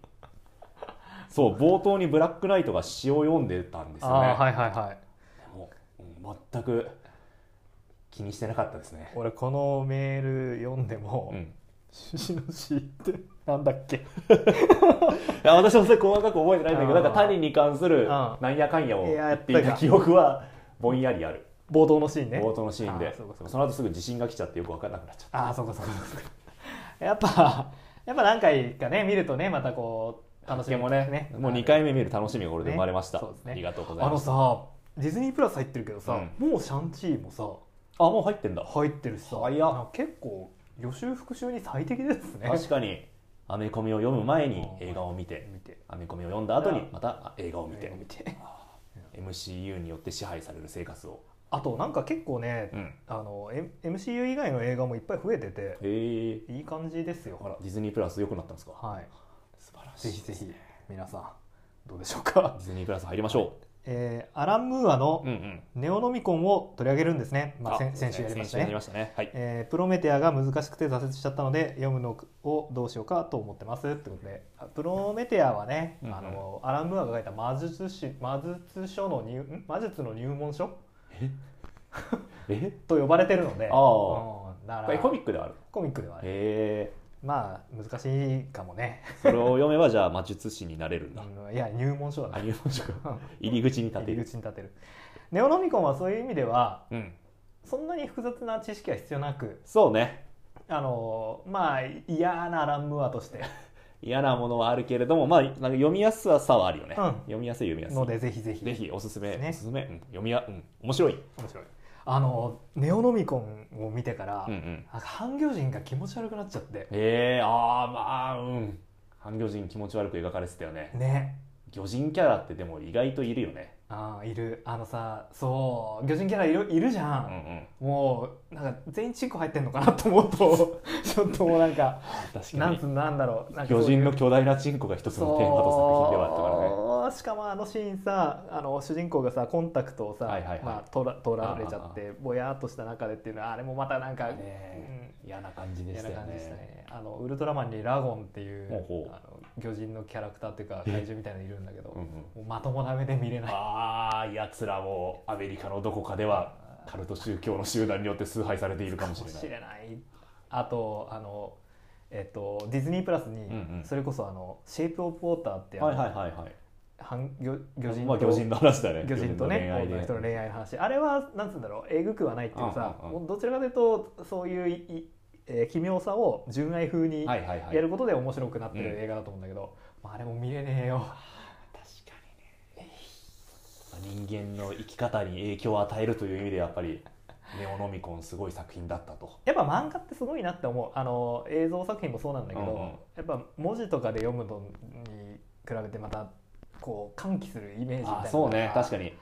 [SPEAKER 2] そう冒頭にブラックナイトが詩を読んでたんです
[SPEAKER 1] あ
[SPEAKER 2] よね、
[SPEAKER 1] あはいはいはい
[SPEAKER 2] でもうん全く気にしてなかったですね、
[SPEAKER 1] 俺このメール読んでも
[SPEAKER 2] うん、
[SPEAKER 1] 「獅子の詩」ってなんだっけ
[SPEAKER 2] いや私もそれ細かく覚えてないんだけど
[SPEAKER 1] あ
[SPEAKER 2] な
[SPEAKER 1] ー
[SPEAKER 2] んか谷に関する
[SPEAKER 1] あー
[SPEAKER 2] なんやかんやを
[SPEAKER 1] いやや
[SPEAKER 2] 言
[SPEAKER 1] っ
[SPEAKER 2] ってて
[SPEAKER 1] た
[SPEAKER 2] いた記憶はぼんやりある
[SPEAKER 1] 冒頭のシーンね
[SPEAKER 2] 冒頭のシーン
[SPEAKER 1] あ
[SPEAKER 2] で
[SPEAKER 1] ーそうかそうか
[SPEAKER 2] その後すぐ地震が来ちゃってよく分からなくなっちゃっ
[SPEAKER 1] ああそうかそうかそうかやっぱやっぱ何回かね見るとねまたこう楽しみもねね
[SPEAKER 2] たもう2回目見る楽しみがこれで生まれました、
[SPEAKER 1] ねそうですね
[SPEAKER 2] ありがとうござい
[SPEAKER 1] あの
[SPEAKER 2] ます
[SPEAKER 1] さディズニープラス入ってるけどさ、
[SPEAKER 2] う
[SPEAKER 1] もうシャンチーもさ
[SPEAKER 2] あもう入ってんだ
[SPEAKER 1] 入ってるしさ
[SPEAKER 2] 早っ
[SPEAKER 1] なんか結構予習復習に最適ですね
[SPEAKER 2] 確かにアメコミを読む前に
[SPEAKER 1] うん
[SPEAKER 2] 映画を見て
[SPEAKER 1] 見て
[SPEAKER 2] アメコミを読んだ後
[SPEAKER 1] う
[SPEAKER 2] に
[SPEAKER 1] ん
[SPEAKER 2] また映画を見て
[SPEAKER 1] 見て
[SPEAKER 2] MCU によって支配される生活を、
[SPEAKER 1] あとなんか結構ね、
[SPEAKER 2] うん、
[SPEAKER 1] あの M- MCU 以外の映画もいっぱい増えてて
[SPEAKER 2] へえ
[SPEAKER 1] いい感じですよ
[SPEAKER 2] ほらディズニープラス良くなったんですか
[SPEAKER 1] はい
[SPEAKER 2] 素晴らしい
[SPEAKER 1] ぜひぜひ皆さんどうでしょうか
[SPEAKER 2] ディズニープラス入りましょ
[SPEAKER 1] えーアラン・ムーアの
[SPEAKER 2] う、うんうん
[SPEAKER 1] ネオノミコンを取り上げるんですね、まあ、先
[SPEAKER 2] そう
[SPEAKER 1] 先
[SPEAKER 2] です
[SPEAKER 1] 週やりました
[SPEAKER 2] 先週やり
[SPEAKER 1] ね
[SPEAKER 2] ましたねはい
[SPEAKER 1] えープロメテアが難しくて挫折しちゃったので読むのをどうしようかと思ってますってことであプロメテアはね、
[SPEAKER 2] うんうん
[SPEAKER 1] あのアラン・ムーアが書いた魔術師魔術書の入ん魔術の入門書
[SPEAKER 2] え
[SPEAKER 1] と呼ばれてるので
[SPEAKER 2] ああ
[SPEAKER 1] うんだか
[SPEAKER 2] これ
[SPEAKER 1] ら
[SPEAKER 2] コミックではある
[SPEAKER 1] コミックではね
[SPEAKER 2] へえ
[SPEAKER 1] まあ難しいかもね、
[SPEAKER 2] それを読めばじゃあ魔術師になれるんだ
[SPEAKER 1] うんいや入門書だ
[SPEAKER 2] あ
[SPEAKER 1] ね
[SPEAKER 2] 入 門書入り口に立て
[SPEAKER 1] 入り
[SPEAKER 2] る
[SPEAKER 1] 口に立てるネオノミコンはそういう意味では
[SPEAKER 2] うん
[SPEAKER 1] そんなに複雑な知識は必要なく
[SPEAKER 2] そうね
[SPEAKER 1] あのまあ嫌なアラン・ムーアとして
[SPEAKER 2] 嫌なものはあるけれどもまあなんか読みやすさはあるよね、
[SPEAKER 1] うん
[SPEAKER 2] 読みやすい読みやすい
[SPEAKER 1] のでぜひぜひ
[SPEAKER 2] ぜひおすすめ、
[SPEAKER 1] ね
[SPEAKER 2] おすすめ、うん読みや、うん、面白い、
[SPEAKER 1] 面白いあのネオノミコンを見てから、
[SPEAKER 2] うんうん、
[SPEAKER 1] なんか半魚人が気持ち悪くなっちゃって
[SPEAKER 2] えー、ああまあうん半魚人気持ち悪く描かれてたよね
[SPEAKER 1] ね
[SPEAKER 2] 魚人キャラってでも意外といるよね
[SPEAKER 1] あーいるあのさそう魚人キャラいるいるじゃ、
[SPEAKER 2] うんうんん
[SPEAKER 1] もうなんか全員チンコ入ってんのかなと思う とちょっともうなんか
[SPEAKER 2] 確か
[SPEAKER 1] なん
[SPEAKER 2] に
[SPEAKER 1] つなんだろうなんかそう
[SPEAKER 2] 魚
[SPEAKER 1] いう
[SPEAKER 2] 人の巨大なチンコが一つのテーマと作品ではあったからね
[SPEAKER 1] そうしかもあのシーンさあの主人公がさコンタクトをさ、
[SPEAKER 2] はいはいはい
[SPEAKER 1] まあ、取ら取られちゃってぼやーっとした中でっていうのはあれもまたなんか、
[SPEAKER 2] ね嫌な感じ
[SPEAKER 1] うん、
[SPEAKER 2] で
[SPEAKER 1] 嫌
[SPEAKER 2] し
[SPEAKER 1] な
[SPEAKER 2] たよ
[SPEAKER 1] 感じでした
[SPEAKER 2] ね
[SPEAKER 1] ねあのウルトラマンにラゴンっていう
[SPEAKER 2] ほうほう
[SPEAKER 1] あの魚人のキャラクターっていうか怪獣みたいなのいるんだけど、
[SPEAKER 2] うんうん
[SPEAKER 1] もうまともな目で見れない
[SPEAKER 2] ああやつらもアメリカのどこかではカルト宗教の集団によって崇拝されているかもし
[SPEAKER 1] かも
[SPEAKER 2] れ
[SPEAKER 1] し
[SPEAKER 2] ない
[SPEAKER 1] れないあとあのえっとディズニープラスに、
[SPEAKER 2] うんうん
[SPEAKER 1] それこそあの「シェイプ・オブ・ウォーター」ってあの
[SPEAKER 2] はいはいはいはい
[SPEAKER 1] 半魚魚人と、
[SPEAKER 2] まあ魚人の話だね
[SPEAKER 1] 魚人とね
[SPEAKER 2] 魚人の
[SPEAKER 1] 女の人の
[SPEAKER 2] 恋愛
[SPEAKER 1] 恋
[SPEAKER 2] で
[SPEAKER 1] 愛の話あれはなんつうんだろうえぐくはないっていうかさ
[SPEAKER 2] うんうんうん
[SPEAKER 1] もうどちらかというとそういういいえー奇妙さを純愛風に
[SPEAKER 2] は
[SPEAKER 1] や
[SPEAKER 2] いはいはい
[SPEAKER 1] ることで面白くなって
[SPEAKER 2] うん
[SPEAKER 1] る映画だと思うんだけど、まあ、あれも見れねえよ
[SPEAKER 2] 確かにね人間の生き方に影響を与えるという意味でやっぱりネオノミコンすごい作品だったと
[SPEAKER 1] やっぱ漫画ってすごいなって思うあの映像作品もそうなんだけど、
[SPEAKER 2] うんうん
[SPEAKER 1] やっぱ文字とかで読むのに比べてまたこう歓喜するイメージみたいな
[SPEAKER 2] あそうね確か
[SPEAKER 1] に
[SPEAKER 2] に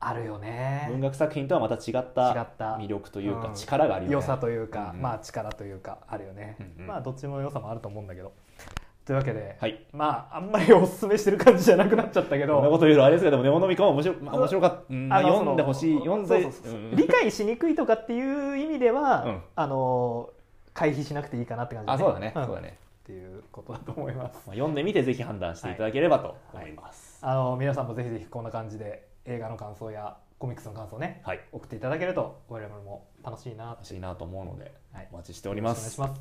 [SPEAKER 1] あるよね
[SPEAKER 2] 文学作品とはまた違った
[SPEAKER 1] 違った
[SPEAKER 2] 魅力というか
[SPEAKER 1] うん
[SPEAKER 2] 力があるよね
[SPEAKER 1] 良さというか、
[SPEAKER 2] うんうん
[SPEAKER 1] まあ力というかあるよね、
[SPEAKER 2] うんうん
[SPEAKER 1] まあどっちも良さもあると思うんだけどというわけで、
[SPEAKER 2] はい
[SPEAKER 1] まああんまりおすすめしてる感じじゃなくなっちゃったけ
[SPEAKER 2] そんな
[SPEAKER 1] ど
[SPEAKER 2] こと言うのあれですけどでもネオノミコンは面白,、まあ、面白かった、うんまあ、
[SPEAKER 1] あの
[SPEAKER 2] 読んでほし
[SPEAKER 1] そ
[SPEAKER 2] い
[SPEAKER 1] の
[SPEAKER 2] 読んで
[SPEAKER 1] そうそうそう
[SPEAKER 2] うん
[SPEAKER 1] 理解しにくいとかっていう意味では、
[SPEAKER 2] うん
[SPEAKER 1] あの回避しなくていいかなって感じ
[SPEAKER 2] あそうだね、
[SPEAKER 1] ん
[SPEAKER 2] そうだね
[SPEAKER 1] っていうことだと思います
[SPEAKER 2] まあ、読んでみてぜひ判断していただければと思います。
[SPEAKER 1] あの皆さんもぜひぜひこんな感じで映画の感想やコミックスの感想ね
[SPEAKER 2] はい、
[SPEAKER 1] 送っていただけると我々も楽しいな
[SPEAKER 2] 楽しいなと思うので、
[SPEAKER 1] はい
[SPEAKER 2] お待ちしており
[SPEAKER 1] お願
[SPEAKER 2] ま
[SPEAKER 1] い
[SPEAKER 2] す
[SPEAKER 1] し。ます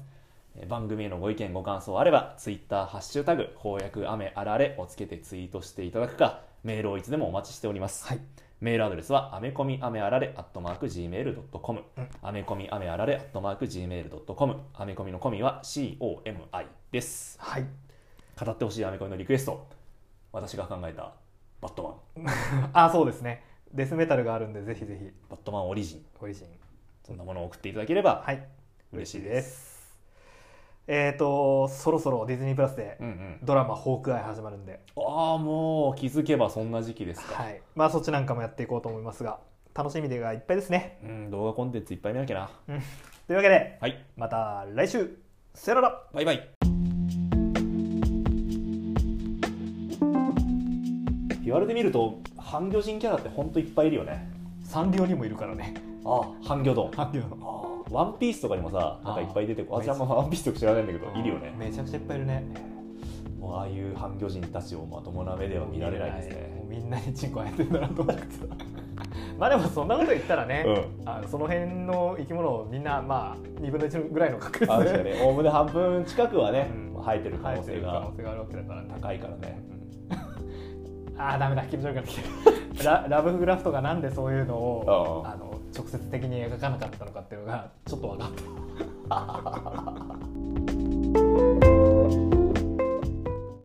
[SPEAKER 2] えー番組へのご意見ご感想あれば、ツイッターハッシュタグ翻訳雨あられをつけてツイートしていただくか、メールをいつでもお待ちしております。
[SPEAKER 1] はい
[SPEAKER 2] メールアドレスはアメコミアメあられアットマーク gmail.com
[SPEAKER 1] うん
[SPEAKER 2] アメコミアメあられアットマーク gmail.com アメコミのコミは COMI です
[SPEAKER 1] はい
[SPEAKER 2] 語ってほしいアメコミのリクエスト私が考えたバットマン
[SPEAKER 1] あそうですねデスメタルがあるんでぜひぜひ
[SPEAKER 2] バットマンオリジン
[SPEAKER 1] オリジン
[SPEAKER 2] そんなものを送っていただければ
[SPEAKER 1] はい
[SPEAKER 2] 嬉しいで
[SPEAKER 1] す
[SPEAKER 2] す
[SPEAKER 1] えっ、とそろそろディズニープラスで
[SPEAKER 2] うんうん
[SPEAKER 1] ドラマ「ホークアイ」始まるんで、
[SPEAKER 2] ああもう気づけばそんな時期ですか、
[SPEAKER 1] はいまあそっちなんかもやっていこうと思いますが楽しみがいっぱいですね
[SPEAKER 2] うん動画コンテンツいっぱい見なきゃな
[SPEAKER 1] というわけで
[SPEAKER 2] はい
[SPEAKER 1] また来週さよなら
[SPEAKER 2] バイバイ言われてみると半魚人キャラってほんといっぱいいるよね
[SPEAKER 1] サンリオにもいるからね
[SPEAKER 2] ああ半魚丼あ
[SPEAKER 1] サンリオの
[SPEAKER 2] あワンピースとかにもさなんかいっぱい出てこ
[SPEAKER 1] あー
[SPEAKER 2] あちらもワンピースとか知らないんだけど
[SPEAKER 1] うん
[SPEAKER 2] いるよね
[SPEAKER 1] めちゃくちゃいっぱいいるね
[SPEAKER 2] もうああいう半魚人たちをまともな目では見られないですね
[SPEAKER 1] もうみんなにチンコあえてんだなと思ってた まあでもそんなこと言ったらね、
[SPEAKER 2] うん
[SPEAKER 1] あのその辺の生き物をみんなまあ2分の1ぐらいの確率
[SPEAKER 2] あ確か
[SPEAKER 1] で
[SPEAKER 2] におおむね半分近くはね
[SPEAKER 1] うん
[SPEAKER 2] 生えてる可
[SPEAKER 1] 生え
[SPEAKER 2] 能
[SPEAKER 1] て
[SPEAKER 2] 性
[SPEAKER 1] る可
[SPEAKER 2] が
[SPEAKER 1] 能性があるわけだからね
[SPEAKER 2] 高いからね
[SPEAKER 1] ああダメだ気持ち悪くなってきたララブグラフトがなんでそういうのを
[SPEAKER 2] ああ
[SPEAKER 1] あの直接的に描かなかったのかっていうのがちょっと分かった